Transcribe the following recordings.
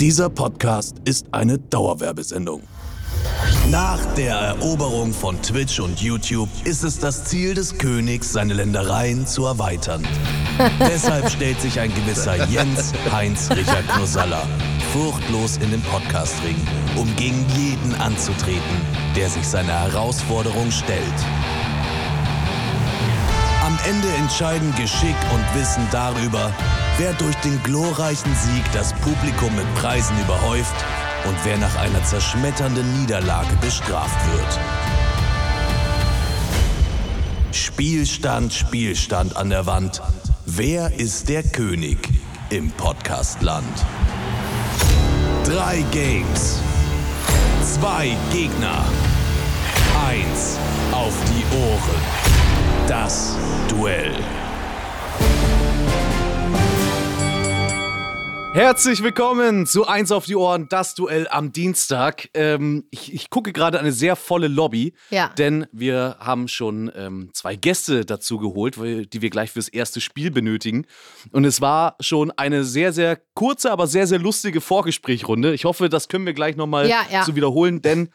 Dieser Podcast ist eine Dauerwerbesendung. Nach der Eroberung von Twitch und YouTube ist es das Ziel des Königs, seine Ländereien zu erweitern. Deshalb stellt sich ein gewisser Jens Heinz Richard Nosalla furchtlos in den Podcastring, um gegen jeden anzutreten, der sich seiner Herausforderung stellt. Am Ende entscheiden Geschick und Wissen darüber, wer durch den glorreichen Sieg das Publikum mit Preisen überhäuft und wer nach einer zerschmetternden Niederlage bestraft wird. Spielstand, Spielstand an der Wand. Wer ist der König im Podcastland? Drei Games. Zwei Gegner. Eins auf die Ohren. Das Duell. Herzlich willkommen zu Eins auf die Ohren, das Duell am Dienstag. Ähm, ich, ich gucke gerade eine sehr volle Lobby, Ja. denn wir haben schon ähm, zwei Gäste dazu geholt, weil- die wir gleich fürs erste Spiel benötigen. Und es war schon eine sehr, sehr kurze, aber sehr, sehr lustige Vorgesprächrunde. Ich hoffe, das können wir gleich nochmal Ja, ja. zu wiederholen, denn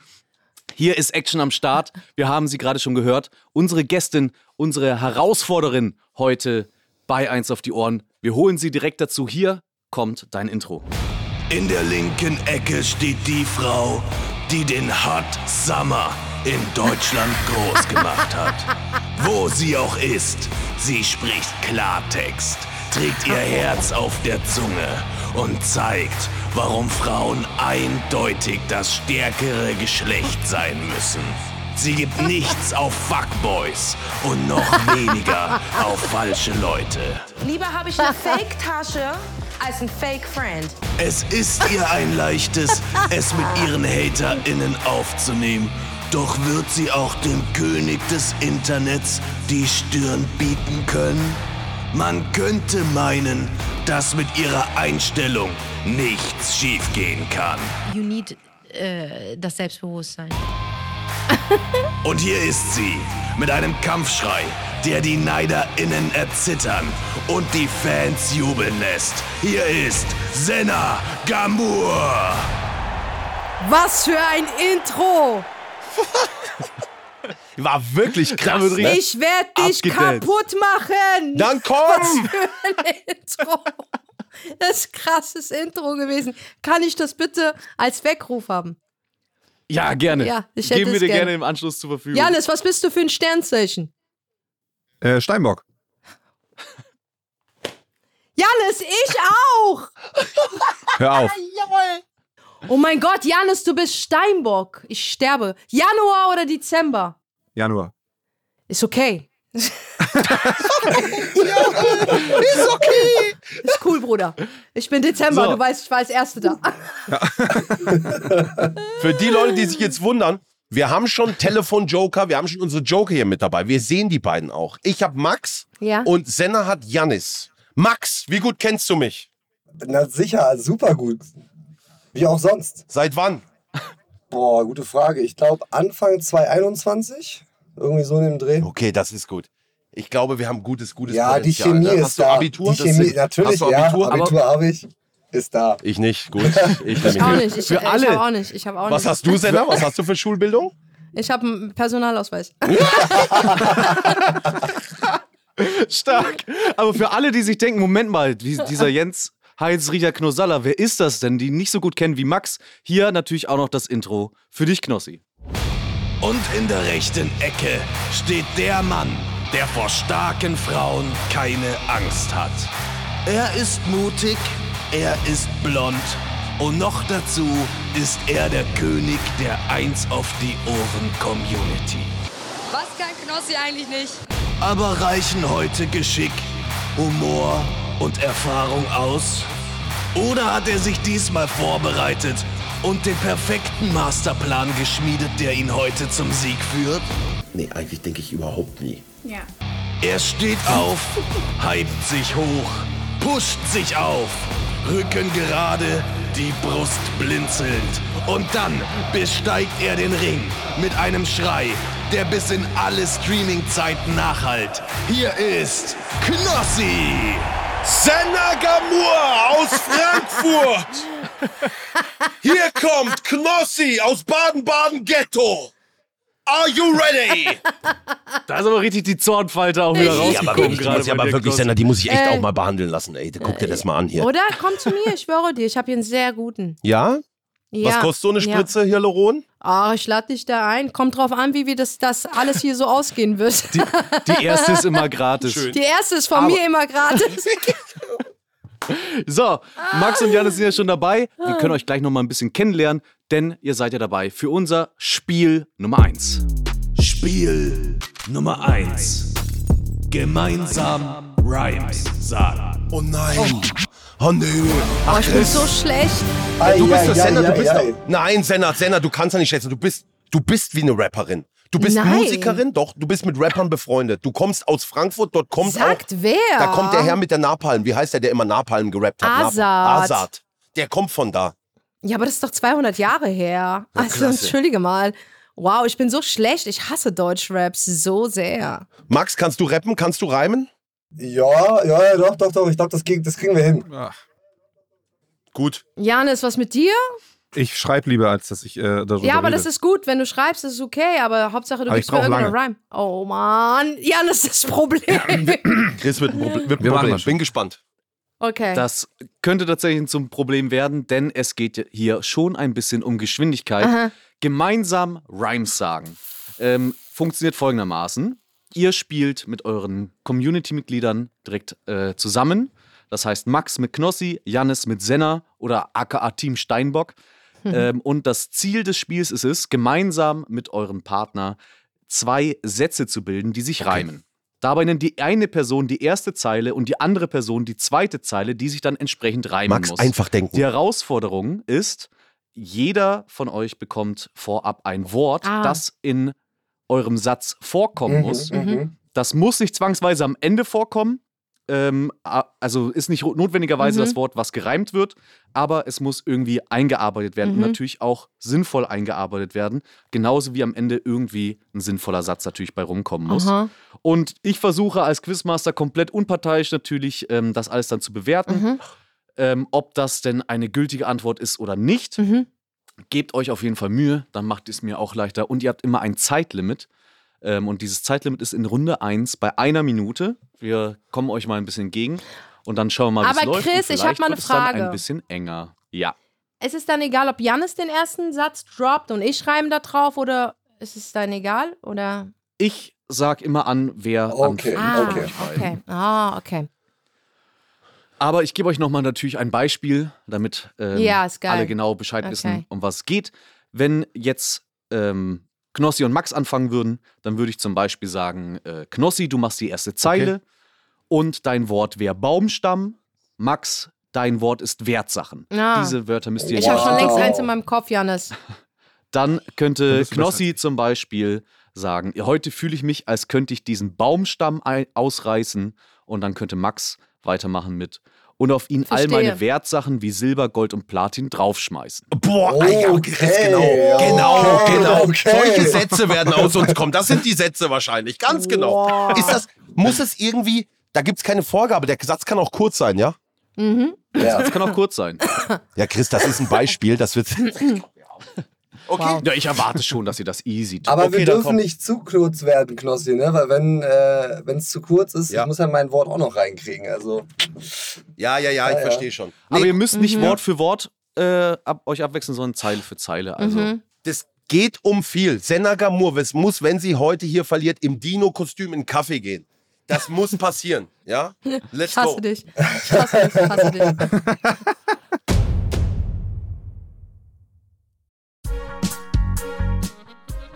hier ist Action am Start. Wir haben sie gerade schon gehört. Unsere Gästin, unsere Herausforderin heute bei Eins auf die Ohren. Wir holen sie direkt dazu. Hier kommt dein Intro. In der linken Ecke steht die Frau, die den Hot Summer in Deutschland groß gemacht hat. Wo sie auch ist, sie spricht Klartext, trägt ihr Herz auf der Zunge und zeigt, warum Frauen eindeutig das stärkere Geschlecht sein müssen. Sie gibt nichts auf Fuckboys und noch weniger auf falsche Leute. Lieber habe ich eine Fake-Tasche als ein Fake-Friend. Es ist ihr ein leichtes, es mit ihren HaterInnen aufzunehmen. Doch wird sie auch dem König des Internets die Stirn bieten können? Man könnte meinen, dass mit ihrer Einstellung nichts schiefgehen kann. You need äh, das Selbstbewusstsein. Und hier ist sie, mit einem Kampfschrei, der die NeiderInnen erzittern und die Fans jubeln lässt. Hier ist Senna Gamur. Was für ein Intro! War wirklich krass. Ne? Ich werde dich Abgedanced. kaputt machen! Dann komm! Intro. Das ist krasses Intro gewesen. Kann ich das bitte als Weckruf haben? Ja, gerne. Ja, ich hätte Geben wir es dir gerne. gerne. ne. im Anschluss zur Verfügung. Janis, was bist du für ein Sternzeichen? Äh, Steinbock. Janis, ich auch! Hör auf. Oh mein Gott, Janis, du bist Steinbock. Ich sterbe. Januar oder Dezember? Januar. Ist okay. Ist okay. Ist cool, Bruder. Ich bin Dezember, So. du weißt, ich war als Erste da. Für die Leute, die sich jetzt wundern, wir haben schon Telefon-Joker, wir haben schon unsere Joker hier mit dabei. Wir sehen die beiden auch. Ich habe Max Ja. und Senna hat Jannis. Max, wie gut kennst du mich? Na sicher, super gut. Wie auch sonst. Seit wann? Boah, gute Frage. Ich glaube Anfang 2021, irgendwie so in dem Dreh. Okay, das ist gut. Ich glaube, wir haben gutes, gutes ja, die Potenzial. ne? Chemie Hast ist du da. Abitur? Die Chemie, natürlich, hast du Abitur? ja. Abitur habe ich. Ist da. ich nicht, gut. Ich, Ich auch nämlich nicht. Ich, Für alle. ich hab auch nicht. Ich hab auch Was nicht. hast du, Senna? Was hast du für Schulbildung? Ich habe einen Personalausweis. Stark. Aber für alle, die sich denken, Moment mal, die- dieser Jens Heinz Riecher Knossalla, wer ist das denn, die ihn nicht so gut kennen wie Max? Hier natürlich auch noch das Intro für dich, Knossi. Und in der rechten Ecke steht der Mann, der vor starken Frauen keine Angst hat. Er ist mutig, er ist blond und noch dazu ist er der König der Eins auf die Ohren Community. Was kann Knossi eigentlich nicht? Aber reichen heute Geschick, Humor und Erfahrung aus? Oder hat er sich diesmal vorbereitet und den perfekten Masterplan geschmiedet, der ihn heute zum Sieg führt? Nee, eigentlich denke ich überhaupt nie. Er steht auf, hypt sich hoch, pusht sich auf, Rücken gerade, die Brust blinzelnd. Und dann besteigt er den Ring mit einem Schrei, der bis in alle Streaming-Zeiten nachhallt. Hier ist Knossi! Senna Gamur aus Frankfurt. Hier kommt Knossi aus Baden-Baden-Ghetto. Are you ready? Da ist aber richtig die Zornfalte auch wieder Ja, aber rausgekommen wirklich, die gerade. muss ich, bei aber dir, wirklich Knossi. Sender, die muss ich echt Äh, auch mal behandeln lassen. Ey, guck dir das mal an hier. Oder? Komm zu mir, ich schwöre dir, ich habe hier einen sehr guten. Ja? Ja. Was kostet so eine Spritze Hyaluron? Ah, ich lade dich da ein. Kommt drauf an, wie wir das, das alles hier so ausgehen wird. Die, Die erste ist immer gratis. erste ist von mir immer gratis. So, Max und Janis sind ja schon dabei. Wir können euch gleich noch mal ein bisschen kennenlernen, denn ihr seid ja dabei für unser Spiel Nummer 1. Spiel Nummer 1. Gemeinsam Rhymes sagen. Oh nein. Oh nee. Oh, ich bin so schlecht. Ei, Ah, Du bist ei, doch Senna, ei, du bist ei, doch. ei. Nein, Senna, Senna, du kannst ja nicht schätzen. Du bist, du bist wie eine Rapperin. Du bist Nein. Musikerin, doch, du bist mit Rappern befreundet. Du kommst aus Frankfurt, dort kommt Sagt auch. wer? Da kommt der Herr mit der Napalm. Wie heißt der, der immer Napalm gerappt hat? Nap- Azad. Azad. Der kommt von da. Ja, aber das ist doch 200 Jahre her. Also, klasse. entschuldige mal. Wow, ich bin so schlecht. Ich hasse Deutschraps so sehr. Max, kannst du rappen? Kannst du reimen? Ja, ja, ja, doch, doch, doch. Ich glaube, das, krieg- das kriegen wir hin. Gut. Janis, was mit dir? Ich schreibe lieber, als dass ich äh, darüber Ja, aber rede. das ist gut. Wenn du schreibst, ist es okay. Aber Hauptsache, du Aber ich gibst mir brauch irgendeinen Rhyme. Oh Mann. Janis, das Problem. Chris wird ein Problem. Wird ein Wir machen Problem. das schon. Bin gespannt. Okay. Das könnte tatsächlich zum Problem werden, denn es geht hier schon ein bisschen um Geschwindigkeit. Gemeinsam Rhymes sagen. Ähm, funktioniert folgendermaßen. Ihr spielt mit euren Community-Mitgliedern direkt äh, zusammen. Das heißt Max mit Knossi, Jannis mit Senna oder aka Team Steinbock. Ähm, und das Ziel des Spiels ist es, gemeinsam mit eurem Partner zwei Sätze zu bilden, die sich reimen. Dabei nennt die eine Person die erste Zeile und die andere Person die zweite Zeile, die sich dann entsprechend reimen Max, muss. einfach denken. Die Herausforderung ist, jeder von euch bekommt vorab ein Wort, Ah. das in eurem Satz vorkommen muss. Mhm. Das muss nicht zwangsweise am Ende vorkommen. Ähm, a- also ist nicht ro- notwendigerweise das Wort, was gereimt wird, aber es muss irgendwie eingearbeitet werden und natürlich auch sinnvoll eingearbeitet werden. Genauso wie am Ende irgendwie ein sinnvoller Satz natürlich bei rumkommen muss. Aha. Und ich versuche als Quizmaster komplett unparteiisch natürlich ähm, das alles dann zu bewerten, Mhm. ähm, ob das denn eine gültige Antwort ist oder nicht. Mhm. Gebt euch auf jeden Fall Mühe, dann macht es mir auch leichter. Und ihr habt immer ein Zeitlimit. Ähm, und dieses Zeitlimit ist in Runde 1 bei einer Minute. Wir kommen euch mal ein bisschen entgegen und dann schauen wir mal, wie es Aber läuft. Und Chris, ich hab vielleicht mal eine wird es dann Frage. ein bisschen enger. Ja. Es ist dann egal, ob Janis den ersten Satz droppt und ich reime da drauf oder ist es dann egal? Oder? Ich sag immer an, wer Okay, anfängt. Ah, okay. okay. Ah, okay. Aber ich gebe euch nochmal natürlich ein Beispiel, damit ähm, Ja, ist geil. alle genau Bescheid wissen, Okay. um was es geht. Wenn jetzt ähm, Knossi und Max anfangen würden, dann würde ich zum Beispiel sagen, äh, Knossi, du machst die erste Zeile und dein Wort wäre Baumstamm. Max, dein Wort ist Wertsachen. Ah. Diese Wörter müsst ihr Ich habe jetzt- schon Wow. längst eins in meinem Kopf, Janis. Dann Dann könnte bist du besser. Knossi zum Beispiel sagen, heute fühle ich mich, als könnte ich diesen Baumstamm ei- ausreißen. Und dann könnte Max weitermachen mit und auf ihn all Verstehe. meine Wertsachen wie Silber, Gold und Platin draufschmeißen. Boah, okay. ja, Okay, Chris, genau. Genau, okay, genau. okay. Solche Sätze werden aus uns kommen. Das sind die Sätze wahrscheinlich. Ganz genau. Ist das, muss es irgendwie, da gibt es keine Vorgabe. Der Satz kann auch kurz sein, ja? Das kann auch kurz sein. Ja, Chris, das ist ein Beispiel. Das wird. Okay. Ja, ich erwarte schon, dass ihr das easy tut. Aber Okay, wir dann dürfen komm. nicht zu kurz werden, Knossi, ne? Weil wenn äh, es zu kurz ist, Ja. ich muss ja mein Wort auch noch reinkriegen. Also Ja, ja, ja, ich ja. verstehe schon. Aber Nee, ihr müsst nicht Wort für Wort äh, ab, euch abwechseln, sondern Zeile für Zeile. Also das geht um viel. Senna Gamurwes muss, wenn sie heute hier verliert, im Dino-Kostüm in den Kaffee gehen. Das muss passieren, ja? Ich Let's go. hasse dich. Ich hasse dich. Ich hasse dich.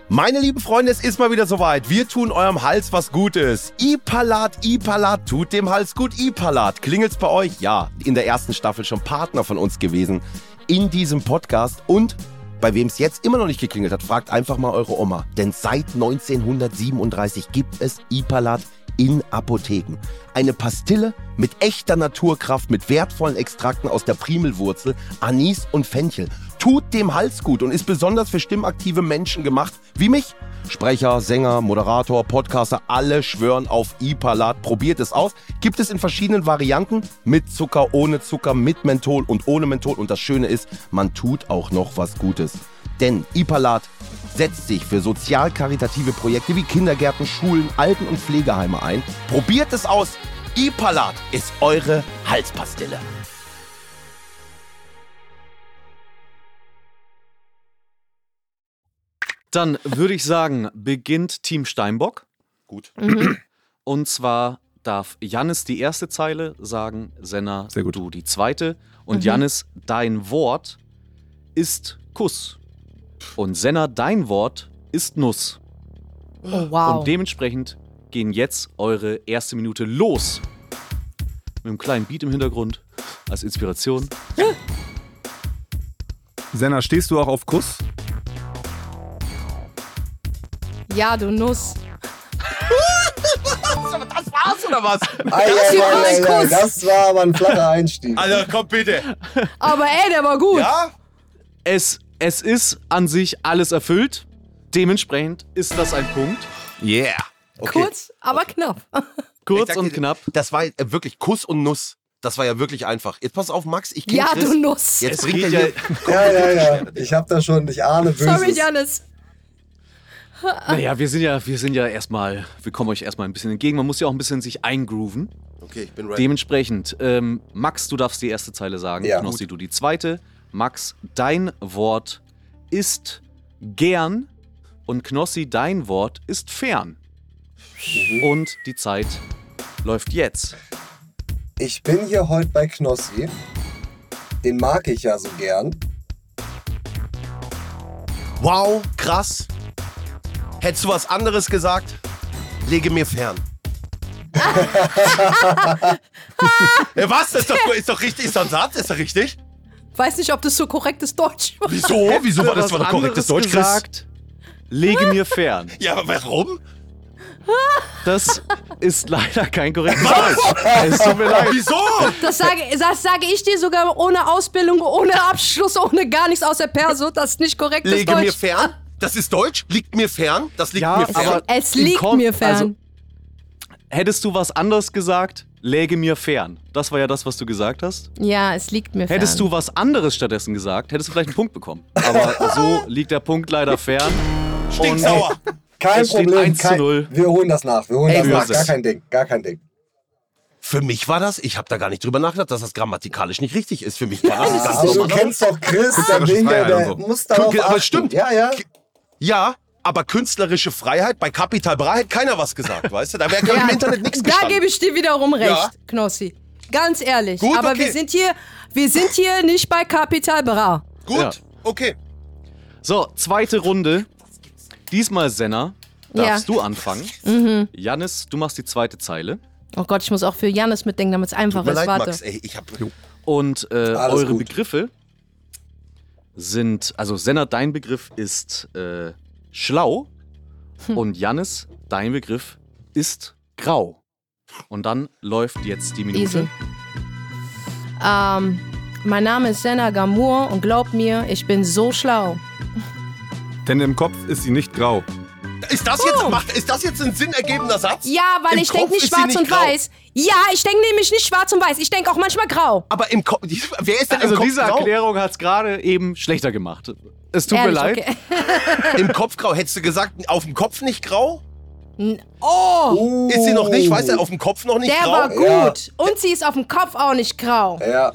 Meine lieben Freunde, es ist mal wieder soweit. Wir tun eurem Hals was Gutes. Ipalat, Ipalat tut dem Hals gut. Ipalat, klingelt's bei euch? Ja, in der ersten Staffel schon Partner von uns gewesen in diesem Podcast. Und bei wem es jetzt immer noch nicht geklingelt hat, fragt einfach mal eure Oma. Denn seit 1937 gibt es Ipalat in Apotheken. Eine Pastille mit echter Naturkraft, mit wertvollen Extrakten aus der Primelwurzel, Anis und Fenchel. Tut dem Hals gut und ist besonders für stimmaktive Menschen gemacht, wie mich. Sprecher, Sänger, Moderator, Podcaster, alle schwören auf Ipalat. Probiert es aus. Gibt es in verschiedenen Varianten. Mit Zucker, ohne Zucker, mit Menthol und ohne Menthol. Und das Schöne ist, man tut auch noch was Gutes. Denn Ipalat setzt sich für sozial-karitative Projekte wie Kindergärten, Schulen, Alten- und Pflegeheime ein. Probiert es aus. Ipalat ist eure Halspastille. Dann würde ich sagen, beginnt Team Steinbock. Gut. Und zwar darf Jannis die erste Zeile sagen, Senna, Sehr gut. du die zweite. Und Jannis, dein Wort ist Kuss. Und Senna, dein Wort ist Nuss. Oh, wow. Und dementsprechend gehen jetzt eure erste Minute los. Mit einem kleinen Beat im Hintergrund als Inspiration. Senna, stehst du auch auf Kuss? Ja, du Nuss. Das war's oder was? Ei, ei, war ei, ein ei, ei, Kuss. das war aber ein flacher Einstieg. Also komm bitte. Aber ey, der war gut. Ja? Es, es ist an sich alles erfüllt. Dementsprechend ist das ein Punkt. Yeah. Kurz, aber knapp. Kurz Ich sag und dir, knapp. Das war äh, wirklich Kuss und Nuss. Das war ja wirklich einfach. Jetzt pass auf, Max, ich kenn Ja, Chris. du Nuss. Jetzt Es bringt er geht hier. ja- Ja, ja, ja. Ich hab da schon, ich ahne Böses. Sorry, Janis. Naja, wir sind ja, wir sind ja erstmal, wir kommen euch erstmal ein bisschen entgegen. Man muss ja auch ein bisschen sich eingrooven. Okay, ich bin ready. Dementsprechend, ähm, Max, du darfst die erste Zeile sagen. Ja. Knossi, du die zweite. Max, dein Wort ist gern. Und Knossi, dein Wort ist fern. Und die Zeit läuft jetzt. Ich bin hier heute bei Knossi. Den mag ich ja so gern. Wow, krass. Hättest du was anderes gesagt? Lege mir fern. ja, was? Das ist doch, ist doch richtig. Ist doch ein Satz? Ist doch richtig? Weiß nicht, ob das so korrektes Deutsch war. Wieso? Wieso war das war Was doch korrektes anderes Deutsch, Chris? gesagt, Lege mir fern. Ja, aber warum? Das ist leider kein korrektes Deutsch. Es tut mir leid. Wieso? Das sage, das sage ich dir sogar ohne Ausbildung, ohne Abschluss, ohne gar nichts außer Perso. Das ist nicht korrekt. das Lege Deutsch. mir fern? Das ist Deutsch? Liegt mir fern? Das liegt Ja, mir fern. aber- Es Im liegt Kon- mir fern. also- Hättest du was anderes gesagt, läge mir fern. Das war ja das, was du gesagt hast. ja, es liegt mir Hättest fern. du was anderes stattdessen gesagt, hättest du vielleicht einen Punkt bekommen. Aber so liegt der Punkt leider fern. Stinksauer. Kein Es steht Problem. 1 zu kein, 0. Wir holen das nach. Wir holen Ey, das nach. Böses. Gar kein Ding. Gar kein Ding. Für mich war das, ich habe da gar nicht drüber nachgedacht, dass das grammatikalisch nicht richtig ist. Für mich war das, das Aber ist Ah. doch du kennst doch Chris, der Künstlerische will ja, Freiheit der und so. muss darauf Künstler- aber achten. stimmt. Ja, ja. Ja, aber künstlerische Freiheit, bei Kapital Bra hätte keiner was gesagt, weißt du? Da wäre Ja. im Internet nichts Da gestanden. gebe ich dir wiederum recht, Ja. Knossi. Ganz ehrlich. Gut, Aber okay. wir sind hier, wir sind hier nicht bei Capital Bra. Gut, Ja. okay. So, zweite Runde. Diesmal Senna. Darfst Ja. Mhm. du anfangen? Jannis, du machst die zweite Zeile. Oh Gott, ich muss auch für Janis mitdenken, damit es einfach Tut mir ist. leid, Warte. Max, ey, ich hab... Und äh, Alles eure gut. Begriffe sind, also Senna, dein Begriff ist äh, schlau Hm. und Jannis, dein Begriff ist grau. Und dann läuft jetzt die Minute. Easy. Ähm, mein Name ist Senna Gamur und glaub mir, ich bin so schlau. Denn im Kopf ist sie nicht grau. Ist das, jetzt, macht, ist das jetzt ein sinnergebender Satz? Ja, weil Im ich denke Kopf nicht ist sie schwarz und grau. weiß. Ja, ich denke nämlich nicht schwarz und weiß. Ich denke auch manchmal grau. Aber im Kopf... Wer ist denn Also im Kopf diese grau? Erklärung hat es gerade eben schlechter gemacht. Es tut Ehrlich, mir leid. okay. Im Kopf grau. Hättest du gesagt, auf dem Kopf nicht grau? Oh, Ist sie noch nicht, weißt du, auf dem Kopf noch nicht der grau? war gut. Und sie ist auf dem Kopf auch nicht grau. Ja.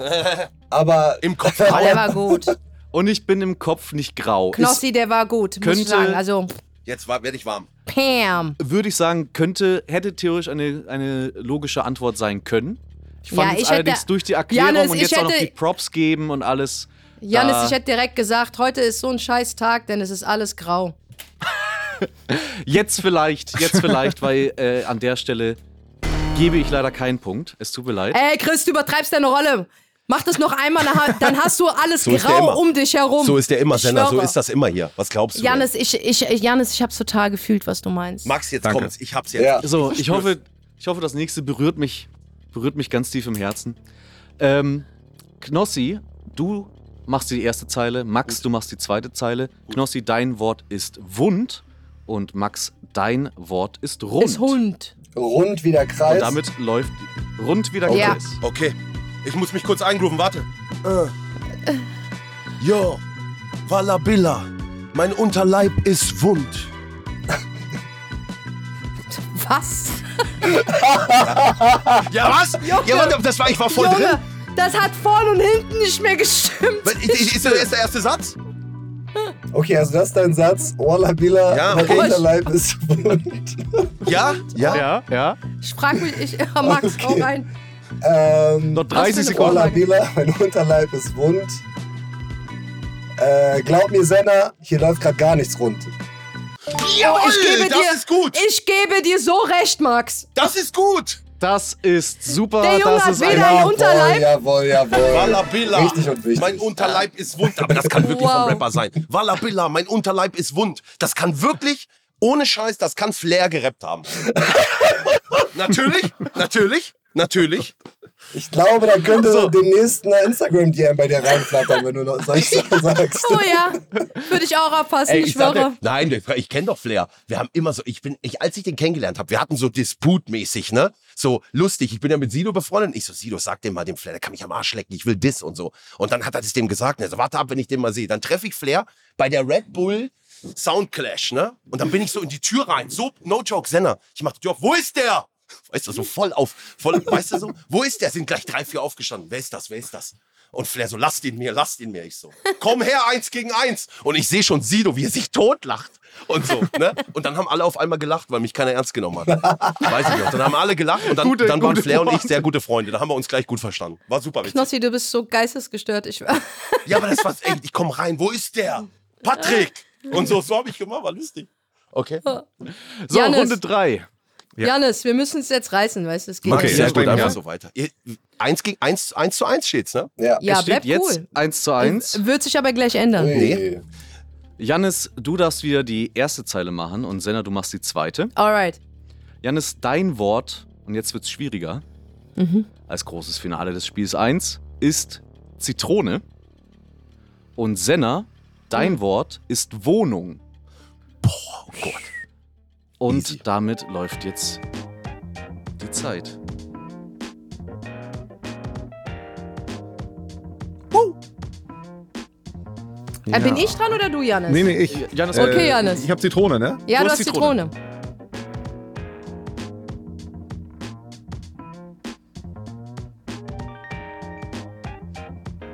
Aber Im Kopf Aber der Äh, grau. war gut. Und ich bin im Kopf nicht grau. Knossi, der war gut, muss ich könnte- sagen. Also, Jetzt werde ich warm. Pam. Würde ich sagen, könnte, hätte theoretisch eine, eine logische Antwort sein können. Ich Ja, fand ich jetzt hätte- allerdings durch die Erklärung Janis, und ich jetzt auch noch hätte- die Props geben und alles. Janis, da- ich hätte direkt gesagt, heute ist so ein scheiß Tag, denn es ist alles grau. Jetzt vielleicht, jetzt vielleicht, weil äh, an der Stelle gebe ich leider keinen Punkt. Es tut mir leid. Ey, Chris, du übertreibst deine Rolle. Mach das noch einmal, dann ha- dann hast du alles So ist der immer. grau um dich herum. So ist der immer, Ich Senna. So schwöre. ist das immer hier. Was glaubst du? denn? Janis, ich, ich, ich- Janis, ich hab's total gefühlt, was du meinst. Max, jetzt Danke. kommt's. Ich hab's jetzt. ja. So, ich hoffe, ich hoffe, das nächste berührt mich, berührt mich ganz tief im Herzen. Ähm, Knossi, du machst die erste Zeile, Max, du machst die zweite Zeile. Knossi, dein Wort ist wund Und Max, dein Wort ist rund. Ist Hund. Rund wie der Kreis. Und damit läuft rund wie der Ja. Kreis. Okay, ich muss mich kurz eingrufen, warte. Äh. Jo, Wallabilla, mein Unterleib ist wund. Was? Ja, was? Ja, warte, das war, ich war voll drin. Junge, das hat vorne und hinten nicht mehr gestimmt. Was, i- i- Ist das erst der erste Satz? Okay, also das ist dein Satz. Wallabilla, Ja, mein okay. Unterleib ist wund. Ja? Ja? Ja, ja. Ich frag mich, ich ja, Max, Okay. hau rein. ähm, Noch 30 eine Vorlage? Sekunden. Wallabilla, mein Unterleib ist wund. Äh, glaub mir, Senna, hier läuft gerade gar nichts rund. Jawohl, Oh, Ich gebe das dir, ist gut. Ich gebe dir so recht, Max. Das ist gut. Das ist super. Der Junge das hat ist weder- Dein Unterleib? Jawohl, jawohl, Wallabilla, jawohl. Richtig und wichtig. mein Unterleib ist wund. Aber das kann wirklich Wow. vom Rapper sein. Wallabilla, mein Unterleib ist wund. Das kann wirklich, ohne Scheiß, das kann Flair gerappt haben. natürlich, natürlich, natürlich. Ich glaube, da könnte Also. demnächst eine Instagram-DM bei dir reinflattern, wenn du noch solche Sachen sagst. Oh ja, würde ich auch abfassen, ich schwöre. Sag, nein, ich- ich kenne doch Flair. Wir haben immer so, ich bin, ich, als ich den kennengelernt habe, wir hatten so Disputmäßig, ne? So lustig. Ich bin ja mit Sido befreundet. Und ich so, Sido, sag dem mal dem Flair, der kann mich am Arsch lecken, ich will Diss und so. Und dann hat er das dem gesagt. Und er so, warte ab, wenn ich den mal sehe. Dann treffe ich Flair bei der Red Bull Soundclash, ne? Und dann bin ich so in die Tür rein. So, no joke, Senna. Ich mach die Tür auf, wo ist der? Weißt du, so voll auf, voll, weißt du so, wo ist der? Sind gleich drei, vier aufgestanden. Wer ist das? Wer ist das? Und Flair so, lasst ihn mir, lasst ihn mir. Ich so, komm her, eins gegen eins. Und ich sehe schon Sido, wie er sich totlacht. Und so, ne? Und dann haben alle auf einmal gelacht, weil mich keiner ernst genommen hat. Weiß ich noch. Dann haben alle gelacht und dann, Gute- dann waren gute Flair und ich Freunde. sehr gute Freunde. Da haben wir uns gleich gut verstanden. War super witzig. Knossi, du bist so geistesgestört. Ich, Ja, aber das war, ey, ich komm rein, wo ist der? Patrick! Und so, so habe ich gemacht, war lustig. Okay. So, Janis. Runde 3. Janis, wir müssen es jetzt reißen, weißt du? Es geht Okay, nicht. sehr gut, springen, einfach ja. so weiter. Ihr, eins, gegen, eins, eins zu eins steht's, ne? Ja. Ja, Steht bleib jetzt cool. Äh, 1 zu 1. Wird sich aber gleich ändern. Nee. Jannis, du darfst wieder die erste Zeile machen und Senna, du machst die zweite. Alright. Jannis, dein Wort, und jetzt wird's schwieriger, als großes Finale des Spiels 1, ist Zitrone. Und Senna, dein Wort ist Wohnung. Oh Gott. Und Easy. damit läuft jetzt die Zeit. Äh, Bin ich dran oder du, Janis? Nee, nee, ich. Jannis, Okay, äh, Janis. Ich hab Zitrone, ne? Ja, Du du, hast hast Zitrone.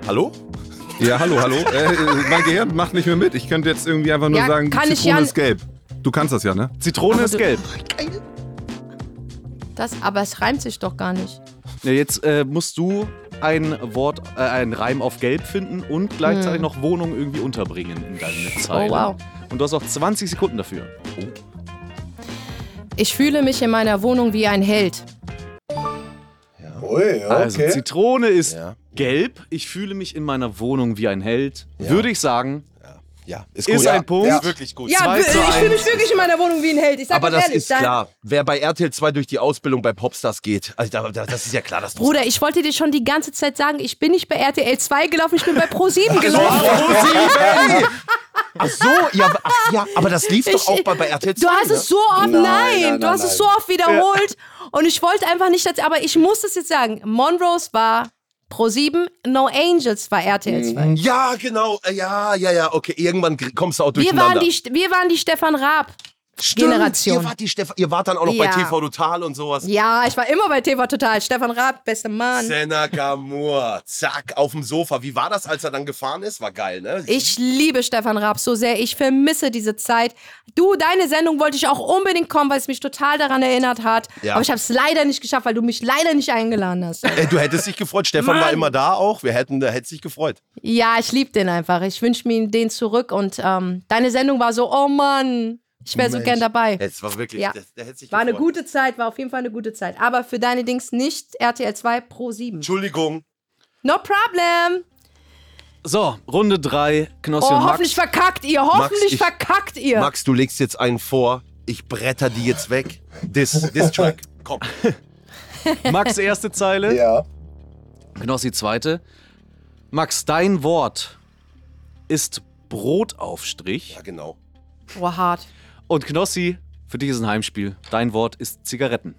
Hallo? Ja, hallo, hallo. äh, äh, mein Gehirn macht nicht mehr mit. Ich könnte jetzt irgendwie einfach nur Ja, sagen, kann ich Zitrone ja- ist gelb. Du kannst das ja, ne? Zitrone ist gelb. Das, aber es reimt sich doch gar nicht. Ja, jetzt äh, musst du ein Wort, äh, einen Reim auf Gelb finden und gleichzeitig noch Wohnung irgendwie unterbringen in deine Zeile. Oh, wow. Und du hast auch 20 Sekunden dafür. Ich fühle mich in meiner Wohnung wie ein Held. Ui, Also Ah, okay. Zitrone ist Ja. gelb. Ich fühle mich in meiner Wohnung wie ein Held. Würde ich sagen, Ja, ist ist ein Punkt. Ja. Ist wirklich gut. Ja, Zwei wir- zu ich fühle mich eins. wirklich in meiner Wohnung wie ein Held. Ich sag Aber ganz das ehrlich, ist da- klar. Wer bei RTL 2 durch die Ausbildung bei Popstars geht, also da, da, das ist ja klar, dass du. Bruder, ich wollte dir schon die ganze Zeit sagen, ich bin nicht bei RTL 2 gelaufen, ich bin bei Pro7 gelaufen. Pro7! Ach so, ja, ach, ja, aber das lief doch Ich- auch bei, bei RTL 2. Du hast ne? Äh. es so oft, nein, Nein, nein, du hast nein, es so oft wiederholt. Und ich wollte einfach nicht, dass, aber ich muss es jetzt sagen. Monrose war Pro7, No Angels war RTL Mhm. 2. Ja, genau. äh, Ja, ja, ja. Okay, irgendwann gr- kommst du auch Wir durcheinander. waren, die, wir waren die Stefan Raab. Stimmt, Generation. Ihr wart, die Steff ihr wart dann auch noch bei Ja. TV Total und sowas. Ja, ich war immer bei TV Total. Stefan Raab, beste Mann. Senna Gamur, zack, auf dem Sofa. Wie war das, als er dann gefahren ist? War geil, ne? Ich liebe Stefan Raab so sehr. Ich vermisse diese Zeit. Du, deine Sendung wollte ich auch unbedingt kommen, weil es mich total daran erinnert hat. Ja. Aber ich habe es leider nicht geschafft, weil du mich leider nicht eingeladen hast. Äh, du hättest dich gefreut. Stefan war immer da auch. Wir hätten, der hätte sich gefreut. ja, ich liebe den einfach. Ich wünsche mir den zurück. Und ähm, deine Sendung war so, oh Mann, ich wäre so Mensch. gern dabei. Es war wirklich, Ja. der, der hätte sich War eine gefreut. gute Zeit, war auf jeden Fall eine gute Zeit. Aber für deine Dings nicht RTL 2 Pro 7. Entschuldigung. No problem. So, Runde 3, Knossi und Oh, Max. hoffentlich verkackt ihr. Hoffentlich ich- verkackt ihr. Max, du legst jetzt einen vor. Ich bretter die jetzt weg. This, this track. Komm. Max erste Zeile, Ja. Knossi zweite. Max, dein Wort ist Brotaufstrich Ja, genau. Boah, Oh, hart. Und Knossi, für dich ist ein Heimspiel. Dein Wort ist Zigaretten.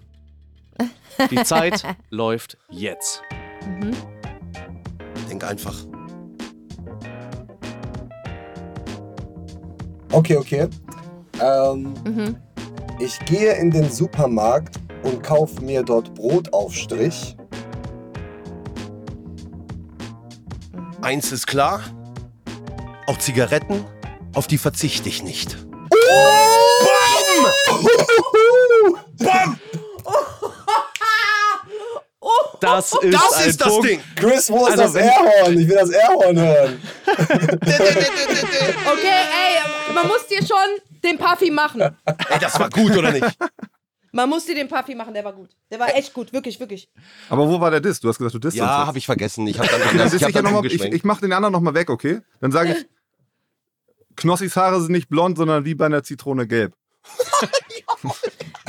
Die Zeit läuft jetzt. Denk einfach. Okay, okay. Ähm, Mhm. Ich gehe in den Supermarkt und kaufe mir dort Brotaufstrich. Eins ist klar. Auch Zigaretten, auf die verzichte ich nicht. Das Oh, ist Das ein ist das Punkt. Ding. Chris, wo ist Also, das wenn- Airhorn? Ich will das Airhorn hören. Okay, ey, man muss dir schon den Puffy machen. Ey, das war gut, oder nicht? Man muss dir den Puffy machen, der war gut. Der war echt gut, wirklich, wirklich. Aber wo war der Diss? Du hast gesagt, du disst Ja, uns habe ich vergessen. Ich habe dann, jetzt. Dann diss ich hab ich, ja dann noch mal, ich, umgeschwenkt. ich mach den anderen nochmal weg, okay? Dann sage ich, Knossis Haare sind nicht blond, sondern wie bei einer Zitrone gelb.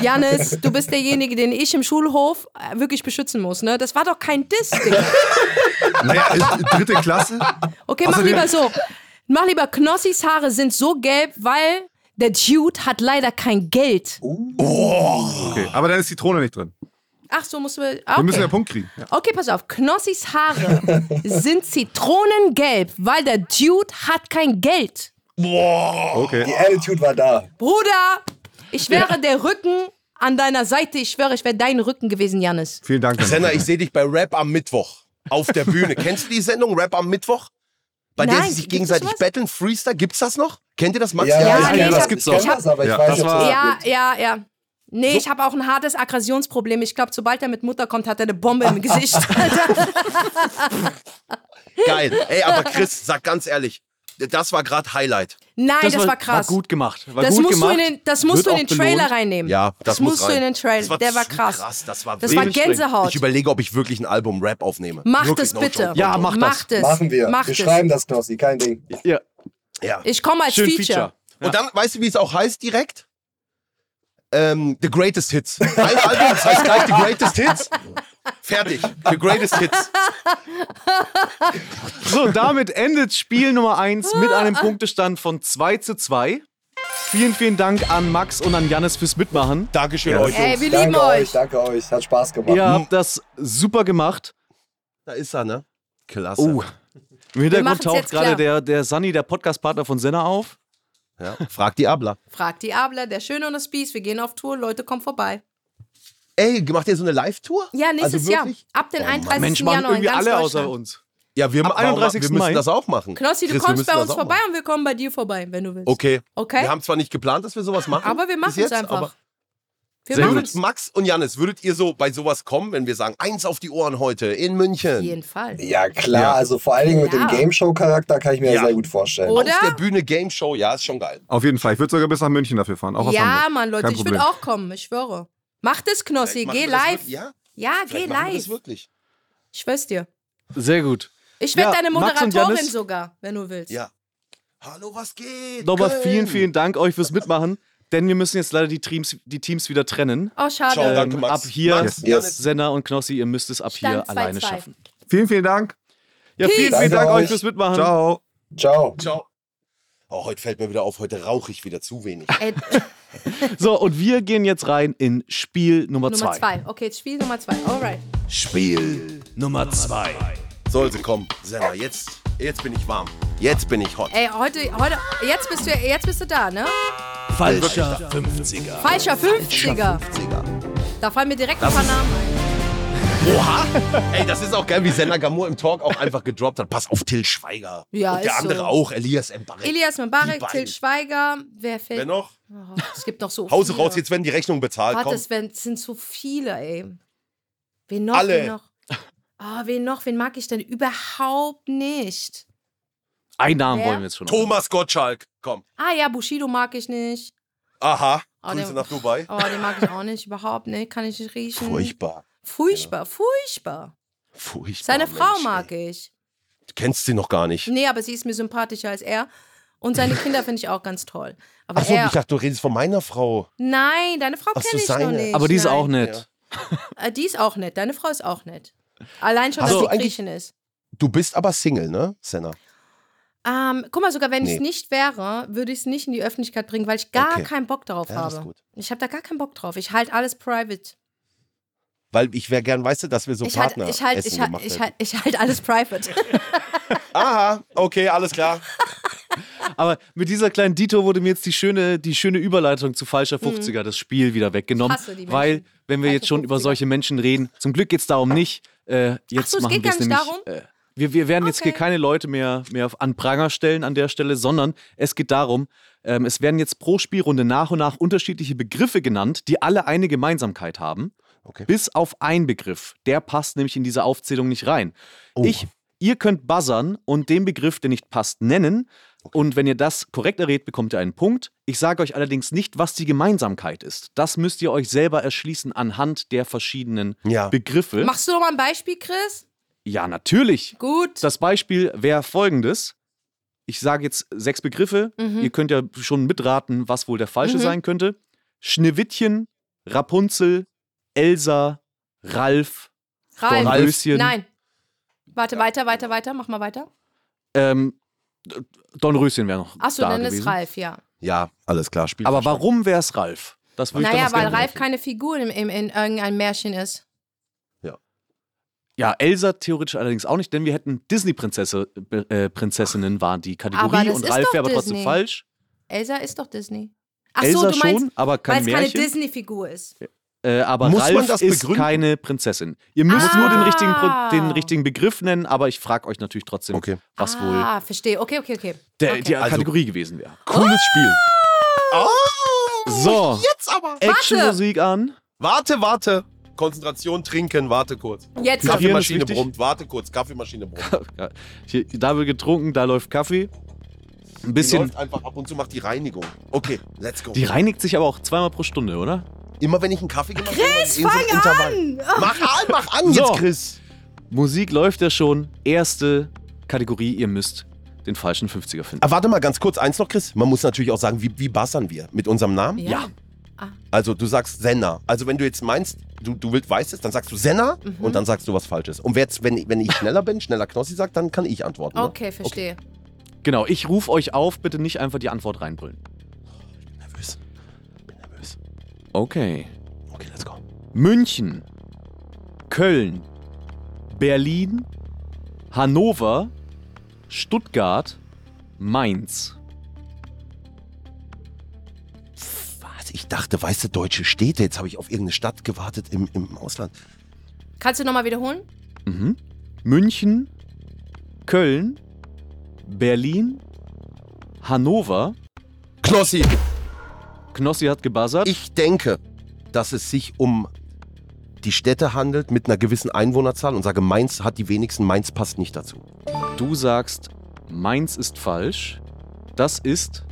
Janis, du bist derjenige, den ich im Schulhof äh, wirklich beschützen muss, ne? Das war doch kein Diss, Digga. Naja, ist- dritte Klasse? Okay, mach Außerdem- lieber so. Mach lieber, Knossis Haare sind so gelb, weil der Dude hat leider kein Geld. Okay, aber dann ist Zitrone nicht drin. Ach so, musst du... Okay. Wir müssen ja Punkt kriegen. Ja. Okay, pass auf. Knossis Haare sind zitronengelb, weil der Dude hat kein Geld. Okay. Die Attitude war da. Bruder, ich wäre der Rücken an deiner Seite. Ich schwöre, ich wäre dein Rücken gewesen, Janis. Vielen Dank. Herr Senna, ich sehe dich bei Rap am Mittwoch auf der Bühne. Kennst du die Sendung Rap am Mittwoch? Bei der Nein, sie sich gibt es gegenseitig was? battlen, Freestyle, gibt's das noch? Kennt ihr das, Max? Ja, ich nee, kenn das das, gibt's ich kenn auch. das, aber Ja, ich weiß das nicht, ob war- das Ja, gibt. ja, ja. Nee, ich habe auch ein hartes Aggressionsproblem. Ich glaube, sobald er mit Mutter kommt, hat er eine Bombe im Gesicht. Geil. Ey, aber Chris, sag ganz ehrlich, das war gerade Highlight. Nein, das, war krass. War gut gemacht. War das gut musst gemacht. du in den, das musst Wird du in auch den Trailer belohnt. reinnehmen. Ja, das, muss musst rein. du in den Trailer. Das war Der war zu krass. krass. Das war Das war wirklich- Gänsehaut. Ich überlege, ob ich wirklich ein Album Rap aufnehme. Macht Wirklich, es no bitte. joke. Ja, mach das. Macht es. Machen wir. Macht wir es. schreiben das, Knossi, kein Ding. Ja. Ja. Ich komme als Schön Feature. Feature. Und dann, weißt du, wie es auch heißt direkt? Ähm, the Greatest Hits. Ein Album, das heißt gleich The Greatest Hits. Fertig. The Greatest Hits. So, damit endet Spiel Nummer 1 mit einem Ah, Punktestand von 2 zu 2. Vielen, vielen Dank an Max und an Jannis fürs Mitmachen. Dankeschön euch. Ey, wir lieben Danke euch. euch, danke euch. Hat Spaß gemacht. Ihr habt das super gemacht. Da ist er, ne? Klasse. Oh. Im Hintergrund machen's taucht jetzt gerade klar. der, der Sunny, der Podcast-Partner von Senna, auf. Ja. Frag die Abla. Fragt die Abler, der Schöne und das Biest. Wir gehen auf Tour. Leute, kommt vorbei. Ey, macht ihr so eine Live-Tour? Ja, nächstes also Jahr. wirklich? Ab den 31. Mensch, machen Januar in irgendwie ganz alle außer Deutschland. uns. Ja, wir, Am warum- 31. wir müssen Mai. das auch machen. Knossi, du Chris, wir kommst müssen bei das uns auch vorbei machen. und wir kommen bei dir vorbei, wenn du willst. Okay. Okay? Wir haben zwar nicht geplant, dass wir sowas machen. Aber wir bis machen's jetzt, einfach. aber Wir Sehr machen Würdet es. Max und Janis, würdet ihr so bei sowas kommen, wenn wir sagen, eins auf die Ohren heute in Auf München? jeden Fall. Ja, klar. Also vor allen Dingen mit dem Klar. Game Show Charakter kann ich mir Ja. ja. sehr gut vorstellen. Oder? Auf der Bühne Game Show, ja, ist schon geil. Auf jeden Fall. Ich würde sogar bis nach München dafür fahren. Auch aus Ja, Hamburg. Mann, Leute, Kein ich Problem. würde auch kommen, ich schwöre. Mach das, Knossi, Vielleicht machen geh wir das live. wirklich- Ja, Ja, geh vielleicht machen wir das live. wirklich. Ich schwör's dir. Sehr gut. Ich werde Ja, deine Max und Moderatorin Janis- sogar, wenn du willst. Ja. Hallo, was geht? Nochmal Köln? vielen, vielen Dank euch fürs Mitmachen, denn wir müssen jetzt leider die Teams, die Teams wieder trennen. Oh, schade. Ciao, danke, Ähm, Max. ab hier, Max, Yes. Senna und Knossi, ihr müsst es ab Stand hier 2-2. alleine schaffen. Vielen, vielen Dank. Ja, vielen, vielen Danke Dank euch euch. fürs Mitmachen. Ciao. Ciao. Ciao. Oh, heute fällt mir wieder auf, heute rauche ich wieder zu wenig. Ey, So, und wir gehen jetzt rein in Spiel Nummer Nummer 2. zwei. Okay, jetzt Spiel Nummer zwei. Alright. Spiel Nummer 2. Sollte kommen. Senna, jetzt, jetzt bin ich warm. Jetzt bin ich hot. Ey, heute, heute, jetzt bist du, jetzt bist du da, ne? Falscher 50er. Falscher 50er. Da fallen mir direkt ein paar Namen ein. Oha! Ey, das ist auch geil, wie Senna Gamur im Talk auch einfach gedroppt hat. Pass auf Till Schweiger. Ja, Und der ist so. andere auch, Elias M. Barrett. Elias Die Mbarek, beiden. Till Schweiger, wer fällt? Wer noch? Oh, es gibt noch so Hause viele. raus, jetzt werden die Rechnungen bezahlt. Warte, Komm. es werden- es sind so viele, ey. Wen noch? Alle. Wen noch? Ah, wen noch? Wen mag ich denn überhaupt nicht? Einen Namen Wer? wollen wir jetzt schon. noch. Thomas Gottschalk. Komm. Ah ja, Bushido mag ich nicht. Aha. Oh, Grüße der- nach Dubai. Oh, den mag ich auch nicht, überhaupt nicht. Kann ich nicht riechen. Furchtbar. Furchtbar, furchtbar. Furchtbar. Seine Ah, Mensch, Frau ey. mag ich. Du kennst sie noch gar nicht. Nee, aber sie ist mir sympathischer als er. Und seine Kinder finde ich auch ganz toll. Aber Achso, er. ich dachte, du redest von meiner Frau. nein, deine Frau Ach so, kenne ich noch seine. nicht. Aber die ist nein. auch nett. Ja. Äh, Die ist auch nett. Deine Frau ist auch nett. Allein schon, Hast dass du sie eigentlich- Griechin ist. Du bist aber Single, ne, Senna? Ähm, guck mal, sogar wenn Nee. ich es nicht wäre, würde ich es nicht in die Öffentlichkeit bringen, weil ich gar Okay. keinen Bock darauf Ja, das ist habe. gut. Ich habe da gar keinen Bock drauf. Ich halte alles private. Weil ich wäre gern, weißt du, dass wir so ich halte Partner ich halt, essen ich halt, gemacht ich hätten. halt, ich halt alles private. Aha, okay, alles klar. Aber mit dieser kleinen Dito wurde mir jetzt die schöne, die schöne Überleitung zu falscher 50er, das Spiel wieder weggenommen. Mhm. Ich hasse die Menschen. weil, wenn wir jetzt schon über 50er. solche Menschen reden, zum Glück geht es darum nicht. Äh, jetzt so, es machen geht wir gar nicht nämlich, darum? Äh, wir, wir werden jetzt hier Okay. keine Leute mehr, mehr auf- an Pranger stellen an der Stelle, sondern es geht darum, ähm, es werden jetzt pro Spielrunde nach und nach unterschiedliche Begriffe genannt, die alle eine Gemeinsamkeit haben. Okay. Bis auf einen Begriff. Der passt nämlich in diese Aufzählung nicht rein. Ich, ihr könnt buzzern und den Begriff, der nicht passt, nennen. Und wenn ihr das korrekt errät, bekommt ihr einen Punkt. Ich sage euch allerdings nicht, was die Gemeinsamkeit ist. Das müsst ihr euch selber erschließen anhand der verschiedenen Ja. Begriffe. Machst du noch mal ein Beispiel, Chris? ja, natürlich. Gut. Das Beispiel wäre folgendes. Ich sage jetzt sechs Begriffe. Mhm. Ihr könnt ja schon mitraten, was wohl der falsche sein könnte. Schneewittchen, Rapunzel, Elsa, Ralf, Ralf. Dornröschen, Nein. Warte, weiter, weiter, weiter. Mach mal weiter. Ähm, Dornröschen wäre noch Achso, da dann gewesen. ist Ralf, ja. Ja, alles klar, Spiel. Aber warum wäre es Ralf? Das würde ich Naja, dann noch weil gerne Ralf wissen. keine Figur in, in, in irgendeinem Märchen ist. Ja, Elsa theoretisch allerdings auch nicht, denn wir hätten Disney-Prinzessinnen äh, Prinzessinnen waren die Aber Kategorie das und ist Ralf doch wäre aber trotzdem Disney. falsch. Elsa ist doch Disney. Ach Elsa so, du meinst, schon, aber weil kein es keine Märchen. Disney-Figur ist. Äh, aber Muss man Ralf das ist begründen? keine Prinzessin. Ihr müsst nur den richtigen, Pro Ah. den richtigen Begriff nennen, aber ich frage euch natürlich trotzdem, Okay. was wohl Ah, verstehe. Okay, okay, okay. der, okay. die Also- Kategorie gewesen wäre. Cooles Spiel. So, Jetzt aber. Actionmusik an. Ah! Warte, warte. Konzentration, trinken, warte kurz. Jetzt. Kaffee- Kaffeemaschine ist wichtig. brummt, warte kurz, Kaffeemaschine brummt. Ja, Hier, da wird getrunken, da läuft Kaffee. Ein Die bisschen. läuft einfach ab und zu, macht die Reinigung. Okay, let's go. Die reinigt sich aber auch zweimal pro Stunde, oder? Immer wenn ich einen Kaffee gemacht habe, Chris, fang an! Mach an, mach an So. jetzt, Chris. Musik läuft ja schon. Erste Kategorie, ihr müsst den falschen 50er finden. Ah, warte mal ganz kurz, eins noch, Chris. Man muss natürlich auch sagen, wie, wie bassern wir? Mit unserem Namen? Ja. Ja. Also du sagst Senna. Also wenn du jetzt meinst, du, du willst, weißt es, dann sagst du Senna Mhm. und dann sagst du was Falsches. Und wer jetzt, wenn, ich- wenn ich schneller bin, schneller Knossi sagt, dann kann ich antworten. ne? Okay, verstehe. Genau, ich rufe euch auf, bitte nicht einfach die Antwort reinbrüllen. Ne? Nervös. Bin nervös. Okay. Okay, let's go. München, Köln, Berlin, Hannover, Stuttgart, Mainz. Was? Ich dachte, weißt du, deutsche Städte. Jetzt habe ich auf irgendeine Stadt gewartet im, im Ausland. Kannst du nochmal wiederholen? Mhm. München, Köln, Berlin, Hannover. Knossi, Knossi hat gebuzzert. ich denke, dass es sich um die Städte handelt mit einer gewissen Einwohnerzahl und sage, Mainz hat die wenigsten, Mainz passt nicht dazu. Du sagst, Mainz ist falsch. Das ist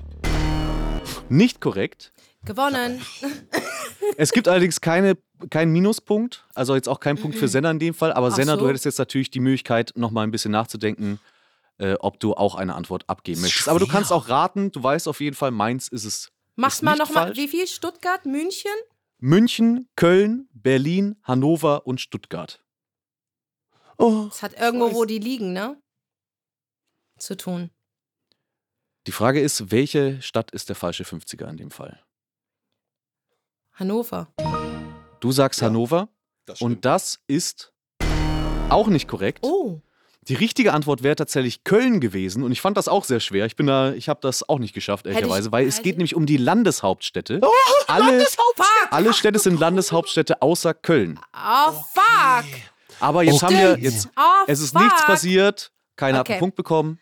nicht korrekt. Gewonnen. Es gibt allerdings keine, keinen Minuspunkt, also jetzt auch keinen Punkt für Senna in dem Fall. Aber Ach Senna, du so. hättest jetzt natürlich die Möglichkeit, nochmal ein bisschen nachzudenken, äh, ob du auch eine Antwort abgeben Ist möchtest. Aber du schwer. kannst auch raten, du weißt auf jeden Fall, Mainz ist es. Mach's ist mal nicht nochmal. falsch. Wie viel? Stuttgart, München? München, Köln, Berlin, Hannover und Stuttgart. Oh. Das hat irgendwo, wo die liegen, ne? Zu tun. Die Frage ist, welche Stadt ist der falsche 50er in dem Fall? Hannover. Du sagst Hannover Das und das ist auch nicht korrekt. Oh. Die richtige Antwort wäre tatsächlich Köln gewesen und ich fand das auch sehr schwer. Ich bin da, ich habe das auch nicht geschafft, Hätte ich- ehrlicherweise, weil es hätte geht ich- nämlich um die Landeshauptstädte. Oh, alle, Fuck. alle Städte sind Landeshauptstädte außer Köln. Oh, fuck. Aber jetzt haben wir jetzt, Oh, es ist fuck. nichts passiert, keiner hat Okay. einen Punkt bekommen,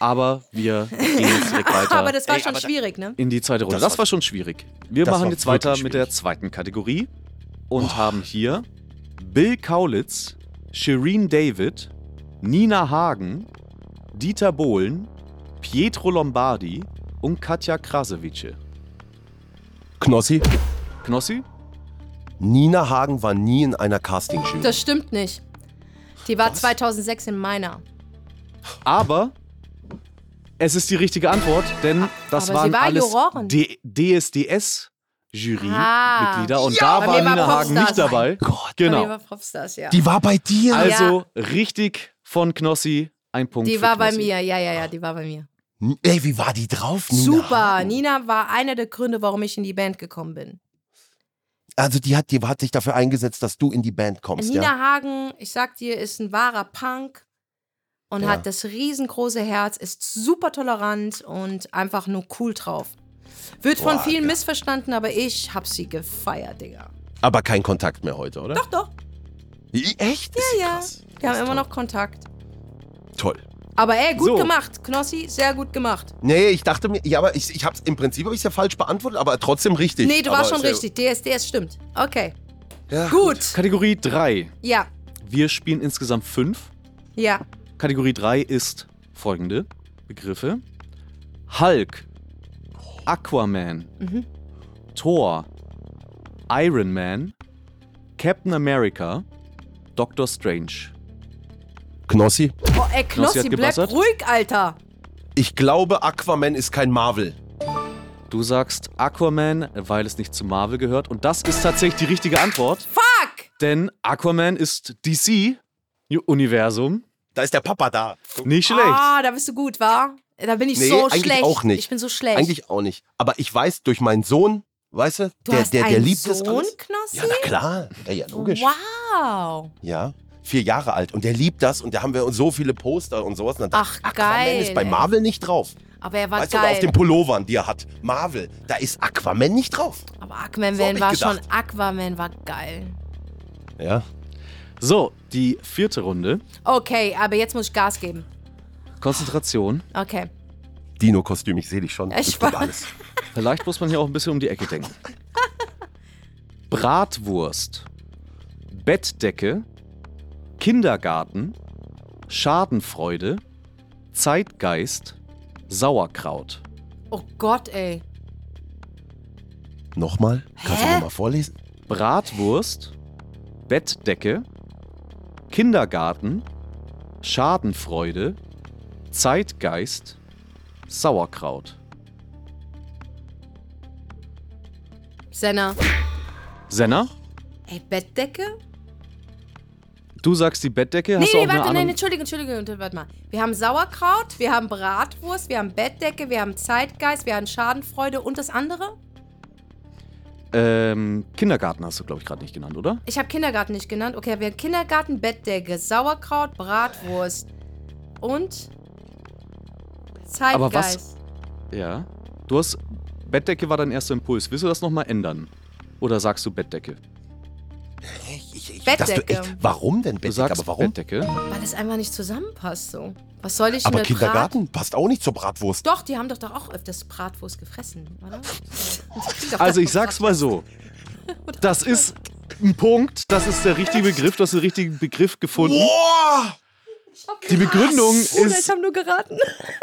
aber wir gehen jetzt direkt weiter. Aber das war schon schwierig, ne? in die zweite Runde. Das, Das war schon schwierig. Wir das machen war jetzt weiter wirklich mit der zweiten Kategorie und haben hier Bill Kaulitz, Shireen David, Nina Hagen, Dieter Bohlen, Pietro Lombardi und Katja Krasavice. Knossi, Knossi? Nina Hagen war nie in einer Casting-Jury. Das stimmt nicht. Die war 2006 in meiner. Aber es ist die richtige Antwort, denn das aber sie waren war alles Jurorin. D- DSDS. Jurymitglieder Ah. und Ja, da bei war mir war Nina Hagen Popstars. nicht dabei. Bei mir Genau. war Popstars, ja. Die war bei dir. Also richtig von Knossi, Ein Punkt. Die für war bei Knossi. mir, ja, ja, ja, die war bei mir. Ey, wie war die drauf? Nina? Super, Nina war einer der Gründe, warum ich in die Band gekommen bin. Also die hat, die hat sich dafür eingesetzt, dass du in die Band kommst, Nina ja? Hagen, ich sag dir, ist ein wahrer Punk und hat das riesengroße Herz, ist super tolerant und einfach nur cool drauf. Wird von vielen missverstanden, aber ich hab sie gefeiert, Digga. Aber kein Kontakt mehr heute, oder? Doch, doch, I- Echt? Ja, ja. Wir haben immer noch Kontakt. Toll. Aber ey, gut So. gemacht, Knossi, sehr gut gemacht. Nee, ich dachte mir, ja, aber ich, ich hab's, im Prinzip habe ich ja falsch beantwortet, aber trotzdem richtig. nee, du warst Aber schon sehr- richtig. DSDS stimmt. Okay. gut. Kategorie 3. Ja, Wir spielen insgesamt fünf. ja. Kategorie 3 ist folgende Begriffe: Hulk, Aquaman, Mhm. Thor, Iron Man, Captain America, Doctor Strange. Knossi, Oh, Knossi hat ey, Knossi, bleib gebassert. ruhig, Alter. ich glaube, Aquaman ist kein Marvel. Du sagst Aquaman, weil es nicht zu Marvel gehört. Und das ist tatsächlich die richtige Antwort. Fuck! Denn Aquaman ist DC-Universum. Da ist der Papa da. Nicht schlecht. Ah, da bist du gut, wa? Da bin ich Nee, so eigentlich schlecht. auch nicht. Ich bin so schlecht. Eigentlich auch nicht. Aber ich weiß, durch meinen Sohn, weißt du, du der, hast der, der einen liebt Sohn, das alles. Knossi? Ja, na klar. Ja, ja, logisch. Wow. Ja. Vier Jahre alt. Und der liebt das und da haben wir uns so viele Poster und sowas. Und dann Ach, Aquaman geil. ist bei Marvel nicht drauf. Aber er war Weißt du, oder auf den geil. Pullovern, die er hat. Marvel, da ist Aquaman nicht drauf. Aber Aquaman So hab ich war gedacht. schon. Aquaman war geil. Ja. So, die vierte Runde. Okay, aber jetzt muss ich Gas geben. Konzentration. Okay. Dino-Kostüm, ich sehe dich schon. Echt Ich bin wahr? alles. Vielleicht muss man hier auch ein bisschen um die Ecke denken. Bratwurst, Bettdecke, Kindergarten, Schadenfreude, Zeitgeist, Sauerkraut. Oh Gott, ey. Nochmal? Kannst du Hä? mir mal vorlesen? Bratwurst, Bettdecke, Kindergarten, Schadenfreude, Zeitgeist, Sauerkraut. Senna. Senna, Ey, Bettdecke? du sagst die Bettdecke, hast nee, du auch nee, eine warte, Ahnung? nein, Entschuldigung, Entschuldigung, warte mal. Wir haben Sauerkraut, wir haben Bratwurst, wir haben Bettdecke, wir haben Zeitgeist, wir haben Schadenfreude und das andere? ähm, Kindergarten hast du, glaube ich, gerade nicht genannt, oder? Ich habe Kindergarten nicht genannt. Okay, wir haben Kindergarten, Bettdecke, Sauerkraut, Bratwurst und Zeitgeist. Aber was- Ja. Du hast. Bettdecke war dein erster Impuls. Willst du das nochmal ändern? Oder sagst du Bettdecke? Ich, ich, ich, Bettdecke. dass du echt, warum denn Du Bettdecke? sagst Aber warum? Bettdecke. Weil das einfach nicht zusammenpasst so. Was soll ich Aber mit Kindergarten passt auch nicht zur Bratwurst. Brat? Doch, die haben doch doch auch öfters Bratwurst gefressen, oder? Die kriegen doch Also doch ich sag's mal so. Das ist ein Punkt, das ist der richtige Begriff, du hast den richtigen Begriff gefunden. Boah! Die Begründung Bruder, ich ist. habe nur geraten.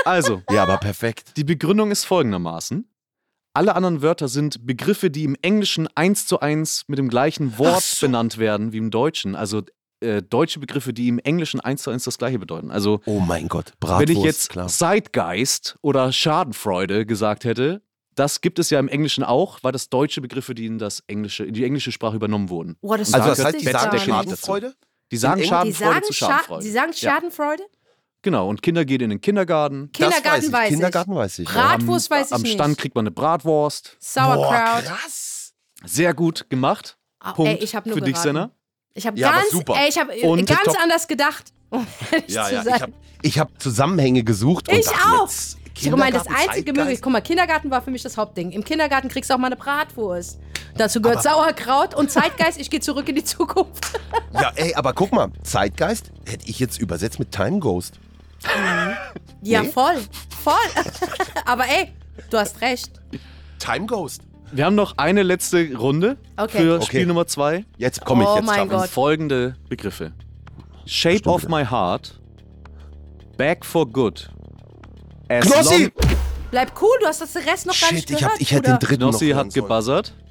Also, Ja, aber perfekt. die Begründung ist folgendermaßen. Alle anderen Wörter sind Begriffe, die im Englischen eins zu eins mit dem gleichen Wort benannt werden wie im Deutschen. Also äh, deutsche Begriffe, die im Englischen eins zu eins das gleiche bedeuten. Also Oh mein Gott, Bratwurst, Wenn ich jetzt klar. Zeitgeist oder Schadenfreude gesagt hätte, das gibt es ja im Englischen auch, weil das deutsche Begriffe, die in, das Englische, in die englische Sprache übernommen wurden. Boah, das Also Sag- das heißt, wusste die ich sagen gar nicht. Schadenfreude? Die sagen Engl- Die Schadenfreude sagen, zu Scha Schadenfreude. die sagen Ja. Schadenfreude? Genau, und Kinder gehen in den Kindergarten. Kindergarten das weiß weiß ich. ich. Kindergarten weiß ich. Brat- Bratwurst am, weiß ich Am nicht. Stand kriegt man eine Bratwurst. Sauerkraut. krass. Sehr gut gemacht. Ah, Punkt ey, ich hab nur für dich, geraten. Senna. Ich habe Ja, aber ganz, super. ey, ich hab, äh, Und ganz top. anders gedacht. Um ehrlich Ja, zu ja, sein. ich habe ich hab Zusammenhänge gesucht. und Ich dachte auch. jetzt, Ich meine, das Kindergarten, einzige Zeitgeist. Möglichkeit, guck mal, Kindergarten war für mich das Hauptding. Im Kindergarten kriegst du auch mal eine Bratwurst. Dazu gehört Sauerkraut und Zeitgeist, ich gehe zurück in die Zukunft. Ja, ey, aber guck mal, Zeitgeist hätte ich jetzt übersetzt mit Time Ghost. Ja, voll. Voll. Aber ey, du hast recht. Time Ghost. Wir haben noch eine letzte Runde Okay. für Okay. Spiel Nummer zwei. Jetzt komme ich Oh jetzt. mein Charmin. Gott. Folgende Begriffe: Shape of my heart, Back for good. As Knossi! long- Bleib cool, du hast das Rest noch gar nicht Shit, ich, gehört. hab, ich hätte den Bruder. dritten Knossi noch hören hat gebuzzert. Sollen.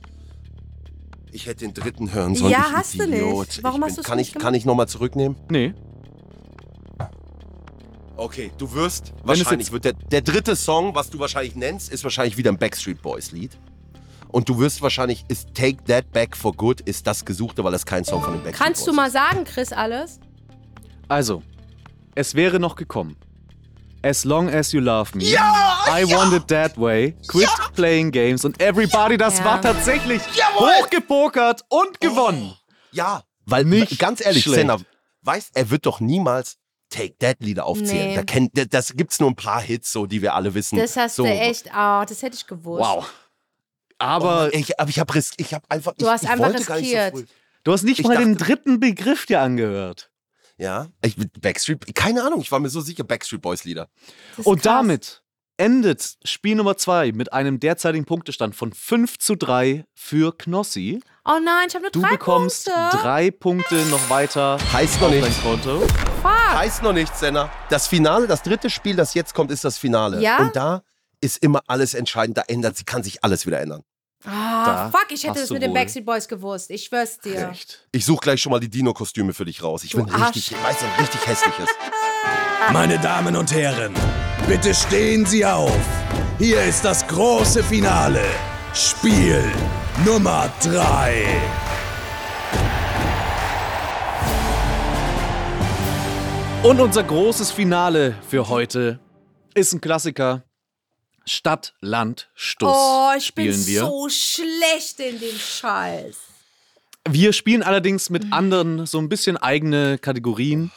Ich hätte den dritten hören sollen. Ja, ich bin hast du nicht. Idiot. Warum ich hast bin, du's kann nicht ich, Kann ich nochmal zurücknehmen? Nee. Okay, du wirst. es Wahrscheinlich jetzt- wird der, der dritte Song, was du wahrscheinlich nennst, ist wahrscheinlich wieder ein Backstreet Boys Lied. Und du wirst wahrscheinlich, ist Take That Back for Good, ist das Gesuchte, weil das kein Song von den Backstreet Kannst du Boys mal sagen, Chris, alles? Also, Es wäre noch gekommen. As long as you love me. Ja, I want it that way. Quit playing games. Und everybody, das Ja. war tatsächlich Jawohl. Oh. hochgepokert und gewonnen. Ja, weil Nicht ganz ehrlich, schlecht. Senna, weißt, er wird doch niemals Take That Lieder aufzählen. Nee. Da kennt, da- das gibt's nur ein paar Hits, so die wir alle wissen. Das hast so. du echt, oh, das hätte ich gewusst. Wow. Aber Ich, aber ich habe ich hab einfach. Du ich, hast ich einfach wollte gar nicht so riskiert. früh. du hast nicht Ich mal den dachte- dritten Begriff dir angehört. Ja, ich, Backstreet, keine Ahnung, ich war mir so sicher, Backstreet Boys Lieder. Das ist Und krass. damit endet Spiel Nummer 2 mit einem derzeitigen Punktestand von 5 zu 3 für Knossi. Oh nein, ich habe nur Du drei bekommst Punkte. drei Punkte noch weiter Heißt noch auf dein nichts. Konto. Heißt noch nichts, Senna. Das Finale, das dritte Spiel, das jetzt kommt, ist das Finale. Ja? Und da ist immer alles entscheidend. Da ändert, sie kann sich alles wieder ändern. Ah, Da fuck, ich hätte hast das du mit den wohl- Backstreet Boys gewusst. Ich schwör's dir. Recht. Ich suche gleich schon mal die Dino-Kostüme für dich raus. Ich bin Arsch. richtig, ich weiß, was richtig hässliches. Meine Damen und Herren, bitte stehen Sie auf. Hier ist das große Finale. Spiel Nummer 3. Und unser großes Finale für heute ist ein Klassiker. Stadt, Land, Stuss Oh, ich bin spielen wir. so schlecht in dem Scheiß. Wir spielen allerdings mit anderen so ein bisschen eigene Kategorien.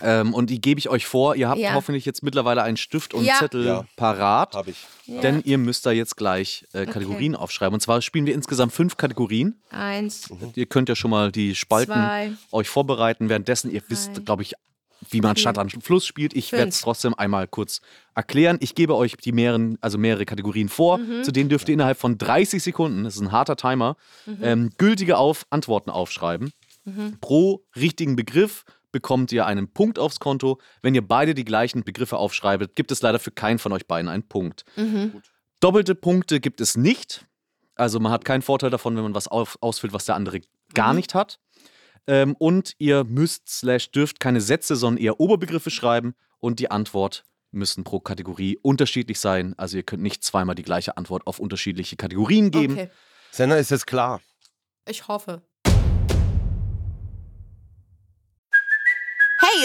Ähm, und die gebe ich euch vor. Ihr habt Ja. hoffentlich jetzt mittlerweile einen Stift und Ja. Zettel Ja. parat. Hab ich. Denn ihr müsst da jetzt gleich äh, Kategorien aufschreiben. Und zwar spielen wir insgesamt fünf Kategorien. Eins. Ihr könnt ja schon mal die Spalten Zwei. euch vorbereiten. Währenddessen, ihr wisst, glaube ich, wie man Stadt an Fluss spielt. Ich Fünf. werde es trotzdem einmal kurz erklären. Ich gebe euch die mehreren, also mehrere Kategorien vor. Mhm. Zu denen dürft ihr innerhalb von 30 Sekunden, das ist ein harter Timer, Mhm. ähm, gültige auf Antworten aufschreiben. Pro richtigen Begriff bekommt ihr einen Punkt aufs Konto. Wenn ihr beide die gleichen Begriffe aufschreibt, gibt es leider für keinen von euch beiden einen Punkt. Doppelte Punkte gibt es nicht. Also man hat keinen Vorteil davon, wenn man was auf, ausfüllt, was der andere gar nicht hat. Ähm, und ihr müsst slash dürft keine Sätze, sondern eher Oberbegriffe schreiben und die Antwort müssen pro Kategorie unterschiedlich sein. Also ihr könnt nicht zweimal die gleiche Antwort auf unterschiedliche Kategorien geben. Okay. Senna ist jetzt klar. Ich hoffe. Hey,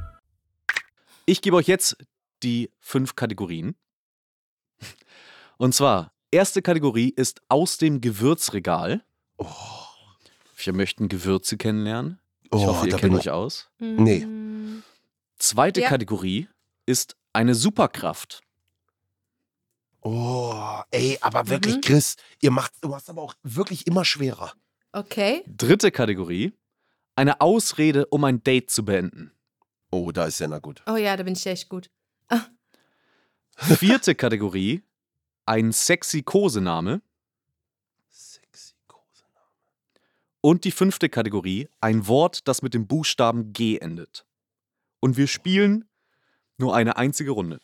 Ich gebe euch jetzt die fünf Kategorien. Und zwar, erste Kategorie ist aus dem Gewürzregal. Oh. Wir möchten Gewürze kennenlernen. Ich Oh, hoffe, ihr da kennt bin euch aus. Nee. Zweite Ja. Kategorie ist eine Superkraft. Oh, ey, aber Mhm. wirklich, Chris, ihr macht, du machst aber auch wirklich immer schwerer. Okay. Dritte Kategorie, eine Ausrede, um ein Date zu beenden. Oh, da ist Senna gut. Oh ja, da bin ich echt gut. Vierte Kategorie, ein sexy Kosename. Sexy Kosename. Und die fünfte Kategorie, ein Wort, das mit dem Buchstaben G endet. Und wir spielen nur eine einzige Runde.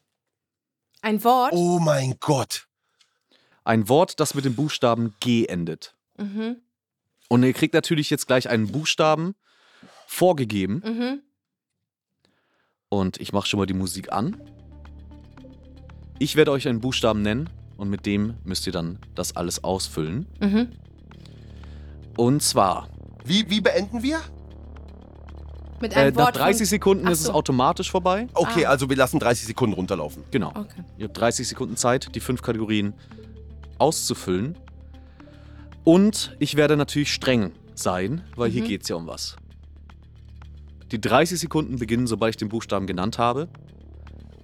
Ein Wort. Oh mein Gott. Ein Wort, das mit dem Buchstaben G endet. Mhm. Und ihr kriegt natürlich jetzt gleich einen Buchstaben vorgegeben. Mhm. Und ich mache schon mal die Musik an. Ich werde euch einen Buchstaben nennen und mit dem müsst ihr dann das alles ausfüllen. Mhm. Und zwar, Wie, wie beenden wir? Mit äh, einem nach Wort. 30 Sekunden Ach ist es so. automatisch vorbei. Okay, Ah. also wir lassen 30 Sekunden runterlaufen. Genau. Von, okay. Ihr habt 30 Sekunden Zeit, die fünf Kategorien auszufüllen. Und ich werde natürlich streng sein, weil hier geht es ja um was. Die 30 Sekunden beginnen, sobald ich den Buchstaben genannt habe.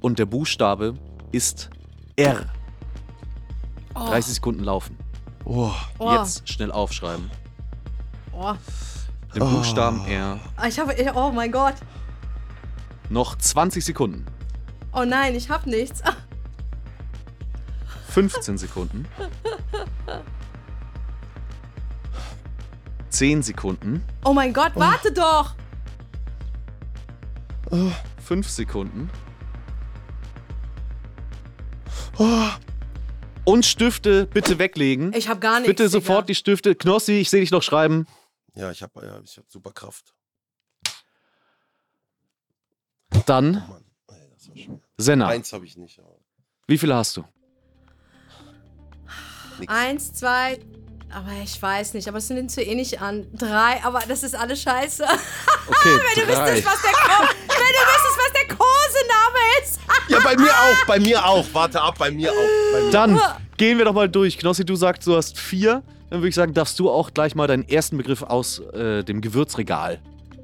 Und der Buchstabe ist R. 30 Sekunden laufen. Oh. Jetzt schnell aufschreiben. Oh. Den Buchstaben R. Ich habe. Oh mein Gott. Noch 20 Sekunden. Oh nein, ich hab nichts. 15 Sekunden. 10 Sekunden. Oh mein Gott, warte doch. 5 Sekunden. Oh. Und Stifte bitte weglegen. Ich habe gar nichts. Bitte sofort die Stifte. Knossi, ich sehe dich noch schreiben. Ja, ich habe ja, ich hab super Kraft. Dann Senna. Eins habe ich nicht. aber Wie viele hast du? Ah, Eins, zwei, aber ich weiß nicht, aber es nimmt so eh nicht an. Drei, aber das ist alles scheiße. Okay, Wenn du wüsstest, was der Ko Wenn du wüsstest, was der Kosename ist. Ja, bei mir auch, bei mir auch. Warte ab, bei mir auch. Bei mir Dann Auch. gehen wir doch mal durch. Knossi, du sagst, du hast vier. Dann würde ich sagen, darfst du auch gleich mal deinen ersten Begriff aus äh, dem Gewürzregal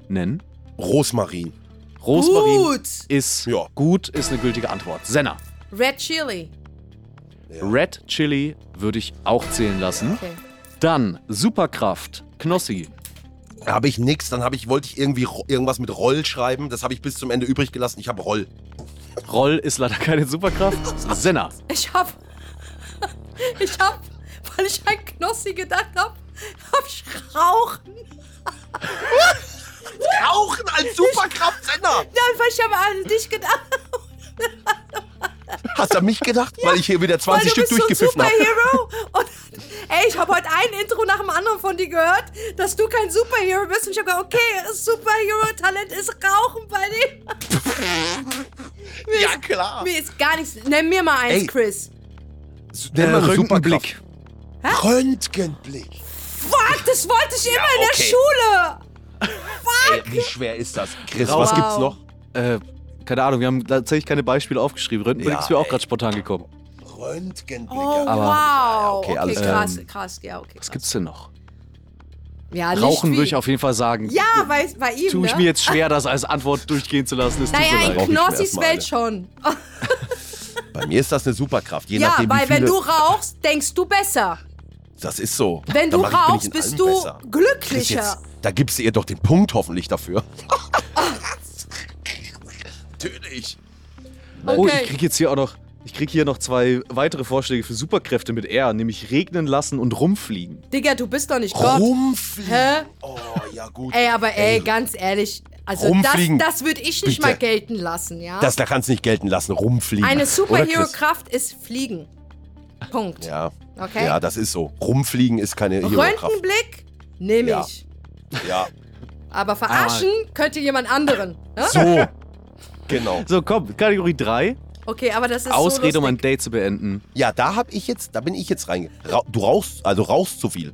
nennen. Rosmarin. Rosmarin Gut. ist gut, ist eine gültige Antwort. Senna. Red Chili. Red Chili würde ich auch zählen lassen. Dann Superkraft. Knossi. Da habe ich nix. Dann habe ich wollte ich irgendwie ro- irgendwas mit Roll schreiben. Das habe ich bis zum Ende übrig gelassen. Ich habe Roll. Roll ist leider keine Superkraft. Senna. Ich hab. Ich hab, weil ich an Knossi gedacht hab, hab ich Rauchen. Rauchen als Superkraft, Senna! Nein, weil ich hab an dich gedacht. Hast du an mich gedacht? Weil ich hier wieder 20 weil Stück du bist so ein durchgepfiffen habe. Superhero. Und, ey, ich habe heute ein Intro nach dem anderen von dir gehört, dass du kein Superhero bist. Und ich habe gedacht, okay, Superhero-Talent ist Rauchen bei dir. ja, klar. Mir ist gar nichts. Nenn mir mal eins, Ey. Chris. Nenn mal eine Äh, Superkraft. Röntgenblick. Fuck, das wollte ich immer okay. in Ey, wie schwer ist das? Chris, Wow. was gibt's noch? Äh, keine Ahnung, wir haben tatsächlich keine Beispiele aufgeschrieben. Röntgenblick Ja, ist mir auch gerade spontan gekommen. der Schule. Oh, Aber- wow. okay, alles klar. krass, krass. Ja, okay. Was gibt's denn noch? Ja, Rauchen würde ich auch. auf jeden Fall sagen. Ja, bei, bei ihm, Tue ich ne? mir jetzt schwer, das als Antwort durchgehen zu lassen. Es tut mir Naja, leid. in Knossis Welt schon. Bei mir ist das eine Superkraft. Je ja, nachdem, weil wie viele... wenn du rauchst, denkst du besser. Das ist so. Wenn Da du mach ich- bin ich in rauchst, bist allem du besser. glücklicher. Chris, jetzt, da gibst du ihr doch den Punkt hoffentlich dafür. Natürlich. Oh, Okay. ich krieg jetzt hier auch noch. Ich krieg hier noch zwei weitere Vorschläge für Superkräfte mit R, nämlich regnen lassen und rumfliegen. Digga, du bist doch nicht Gott. Rumfliegen. Hä? Oh, ja gut. Ey, aber ey, ganz ehrlich, also Rumfliegen. das, das würde ich nicht Bitte. mal gelten lassen, ja? Das da kannst du nicht gelten lassen, rumfliegen. Eine Oder, Chris? Superhero-Kraft ist Fliegen. Punkt. Ja. Okay. Ja, das ist so. Rumfliegen ist keine Hero-Kraft. Röntgenblick nehme Ja. ich. Ja. Aber verarschen könnte jemand anderen. ne? So. Genau. So, komm, Kategorie 3. Okay, aber das ist Ausrede, so um ein lustig. Date zu beenden. Ja, da hab ich jetzt, da bin ich jetzt reinge. Ra du rauchst, also rauchst zu viel.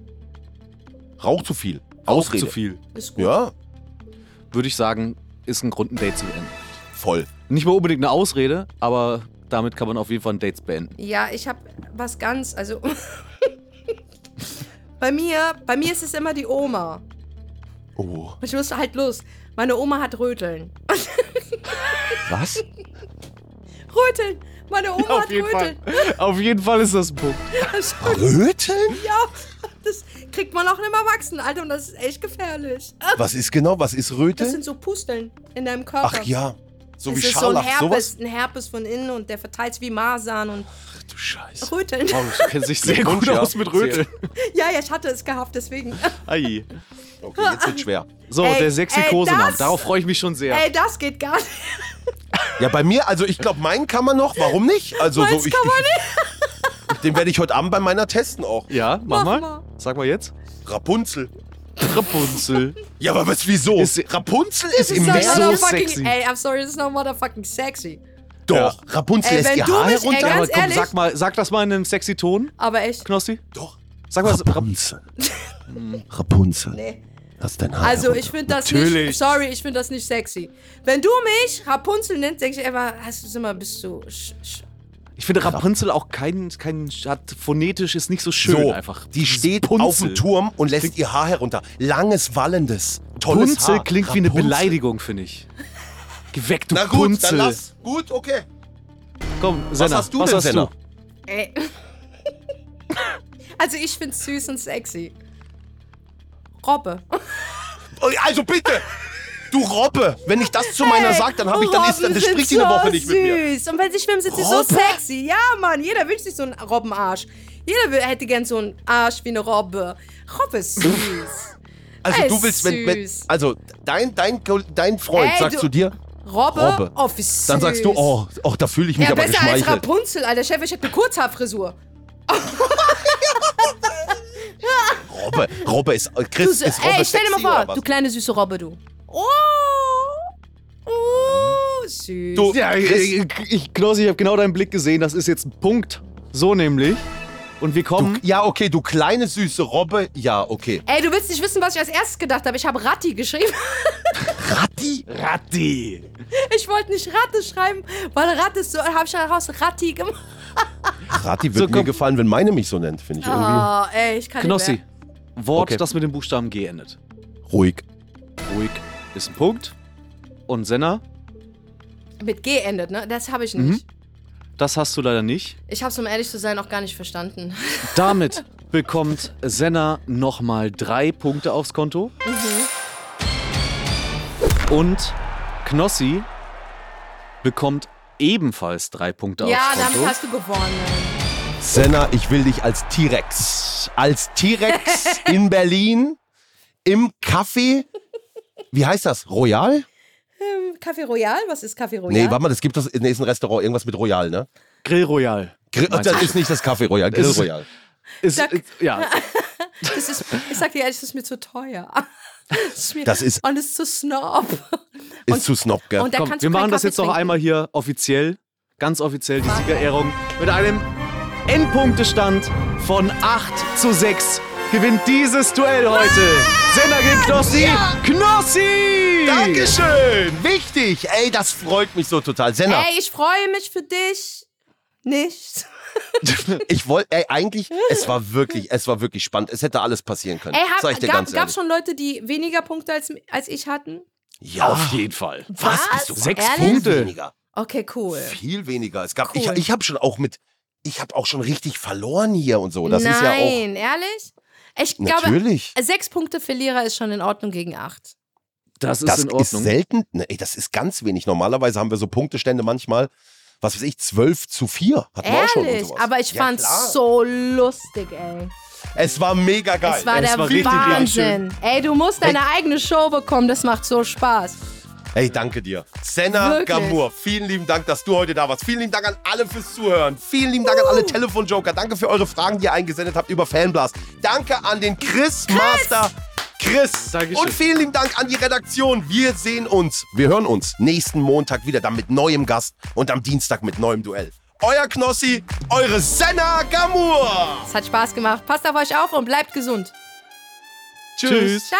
Rauch zu viel. Ausrede. Zu viel. Ist gut. Ja, Würde ich sagen, ist ein Grund, ein Date zu beenden. voll. Nicht mal unbedingt eine Ausrede, aber damit kann man auf jeden Fall ein Date beenden. Ja, ich habe was ganz, also bei mir, bei mir ist es immer die Oma. Oh, Ich wusste halt los. Meine Oma hat Röteln. was? Röteln. Meine Oma hat Röteln. auf jeden Fall ist das ein Punkt. Das, Röteln? ja, das kriegt man auch in einem Erwachsenenalter und das ist echt gefährlich. Was ist genau, was ist Röteln? Das sind so Pusteln in deinem Körper. Ach ja, so es wie ist so ein Scharlach, Herpes, sowas? ein Herpes von innen und der verteilt sich wie Masern und Du Scheiße. Röteln. Oh, das kennt sich sehr Glückwunsch, gut ja. aus mit Röteln. Ja, ja, ich hatte es gehabt, deswegen. Ai. Okay, jetzt wird schwer. So, Ey, der sexy ey, Kosemann. das- Darauf freue ich mich schon sehr. Ey, das geht gar nicht. Ja, bei mir, also ich glaube, meinen kann man noch. Warum nicht? Also Meins so ich, kann man ich, Den werde ich heute Abend bei meiner testen auch. ja, mach, Mach mal. mal. Sag mal jetzt. Rapunzel. Rapunzel. Ja, aber was, wieso? Ist- Rapunzel ist Das im doch Meer so motherfucking- sexy. Ey, I'm sorry, das ist noch motherfucking sexy. Doch, Rapunzel Ey, lässt wenn ihr du Haare mich- ey, runter. ganz Aber komm, ehrlich? sag mal, sag das mal in einem sexy Ton, Aber echt. Knossi. Doch, Sag mal, Rapunzel. Rapunzel. Nee. Lass dein Haar Also runter. ich finde das Natürlich. nicht. Sorry, ich finde das nicht sexy. Wenn du mich Rapunzel nennst, denke ich immer, hast du immer bist du. Sch, sch. ich finde Rapunzel auch kein, kein hat phonetisch ist nicht so schön so, einfach. Die steht Punzel. auf dem Turm und lässt ihr Haar herunter. Langes, wallendes, tolles Punzel Haar. klingt wie eine Rapunzel. Beleidigung, finde ich. Geweckt, du Na gut, Punzel. dann lass. Gut, okay. Komm, Senna, hast du denn, Senna? Ey. Also ich finde süß und sexy. Robbe. Also bitte, du Robbe, wenn ich das zu meiner sag, dann habe ich, dann ist, dann Robben das spricht die oh sind eine Woche so nicht mit mir. Süß. Und wenn sie schwimmen, sind sie so Robbe? sexy. Ja, Mann, jeder wünscht sich so einen Robbenarsch. Jeder will- hätte gern so einen Arsch wie eine Robbe. Robbe ist süß. Also Ey, du willst, wenn, wenn süß. also dein, dein, Ko- dein Freund Ey, sagt du- zu dir, Robbe, Robbe. oh, wie süß. Dann sagst du, oh, oh da fühle ich mich ja, aber besser als geschmeichelt. Rapunzel, Alter. Chef, ich hätte eine Kurzhaarfrisur. Robbe, Robbe ist, äh, Du, Chris ist Robbe ey, stell dir mal sexy oder vor, was? du kleine süße Robbe, du. Oh, oh, süß. Du, ja, ich, ich, ich, Knossi, ich habe genau deinen Blick gesehen. Das ist jetzt ein Punkt. So nämlich. Und wir kommen. ja, okay, du kleine süße Robbe. Ja, okay. Ey, du willst nicht wissen, was ich als erstes gedacht habe. Ich habe Ratti geschrieben. Ratti? Ratti. Ich wollte nicht Ratte schreiben, weil Ratte ist so. habe ich daraus Ratti gemacht. Ratti wird mir gefallen, wenn meine mich so nennt, finde ich irgendwie. Oh, ey, ich kann Knossi, nicht mehr. Wort, Okay. das mit dem Buchstaben G endet. Ruhig. Ruhig ist ein Punkt. Und Senna, Mit G endet, ne? Das habe ich nicht. mhm. das hast du leider nicht. Ich habe es, um ehrlich zu sein, auch gar nicht verstanden. Damit bekommt Senna nochmal drei Punkte aufs Konto. Mhm. Und Knossi bekommt ebenfalls drei Punkte ja, aufs Konto. damit hast du gewonnen. Senna, ich will dich als T-Rex. Als T-Rex in Berlin im Café. Wie heißt das? Royal? Ähm, Café Royal? Was ist Café Royal? Nee, warte mal, das gibt das nee, ist ein Restaurant, irgendwas mit Royal, ne? Grill Royal. Grill, Meinst das du? ist nicht das Café Royal, Grill Ist- Royal. Ist, ja, Das ist, ich sag dir ehrlich, das ist mir zu teuer. Das ist, mir, Das ist- und ist zu snob. Ist zu snob, gell? und da Komm, kannst du wir keinen machen das Kaffee jetzt noch trinken. einmal hier offiziell, ganz offiziell, die Siegerehrung mit einem Endpunktestand von 8 zu 6 gewinnt dieses Duell heute. Senna gegen Knossi. Knossi! Dankeschön! Wichtig! Ey, das freut mich so total. Senna, Ey, ich freue mich für dich. Nicht. ich wollte, ey, eigentlich, es war wirklich, es war wirklich spannend. Es hätte alles passieren können. Ey, Sag hab, ich dir gab, ganz gab ehrlich. schon Leute, die weniger Punkte als, als ich hatten? Ja, Auf Oh, jeden Fall. was? Bist du Sechs verrückt? Punkte. Weniger. Okay, cool. Viel weniger. Es gab, Cool. ich, ich habe schon auch mit, ich habe auch schon richtig verloren hier und so. Das Nein, ist ja auch. ehrlich? Ich Natürlich. glaube, sechs Punkte Verlierer ist schon in Ordnung gegen acht. Das ist das in Ordnung. ist selten. Ne, ey, das ist ganz wenig. Normalerweise haben wir so Punktestände manchmal, was weiß ich, 12 zu 4. Hatten wir auch schon. Und Ehrlich, sowas. aber ich Ja, fand's klar. so lustig, ey. Es war mega geil. Es war es der war richtig, richtig Wahnsinn. Ey, du musst deine eigene Show bekommen, das macht so Spaß. Ey, danke dir. Senna Wirklich. Gamur, vielen lieben Dank, dass du heute da warst. Vielen lieben Dank an alle fürs Zuhören. Vielen lieben Dank an alle Telefonjoker. Danke für eure Fragen, die ihr eingesendet habt über Fanblast. Danke an den Chris, Master. Chris. Dankeschön. Und vielen lieben Dank an die Redaktion. Wir sehen uns, wir hören uns nächsten Montag wieder, dann mit neuem Gast und am Dienstag mit neuem Duell. Euer Knossi, eure Senna Gamur. Es hat Spaß gemacht. Passt auf euch auf und bleibt gesund. Tschüss. Ciao.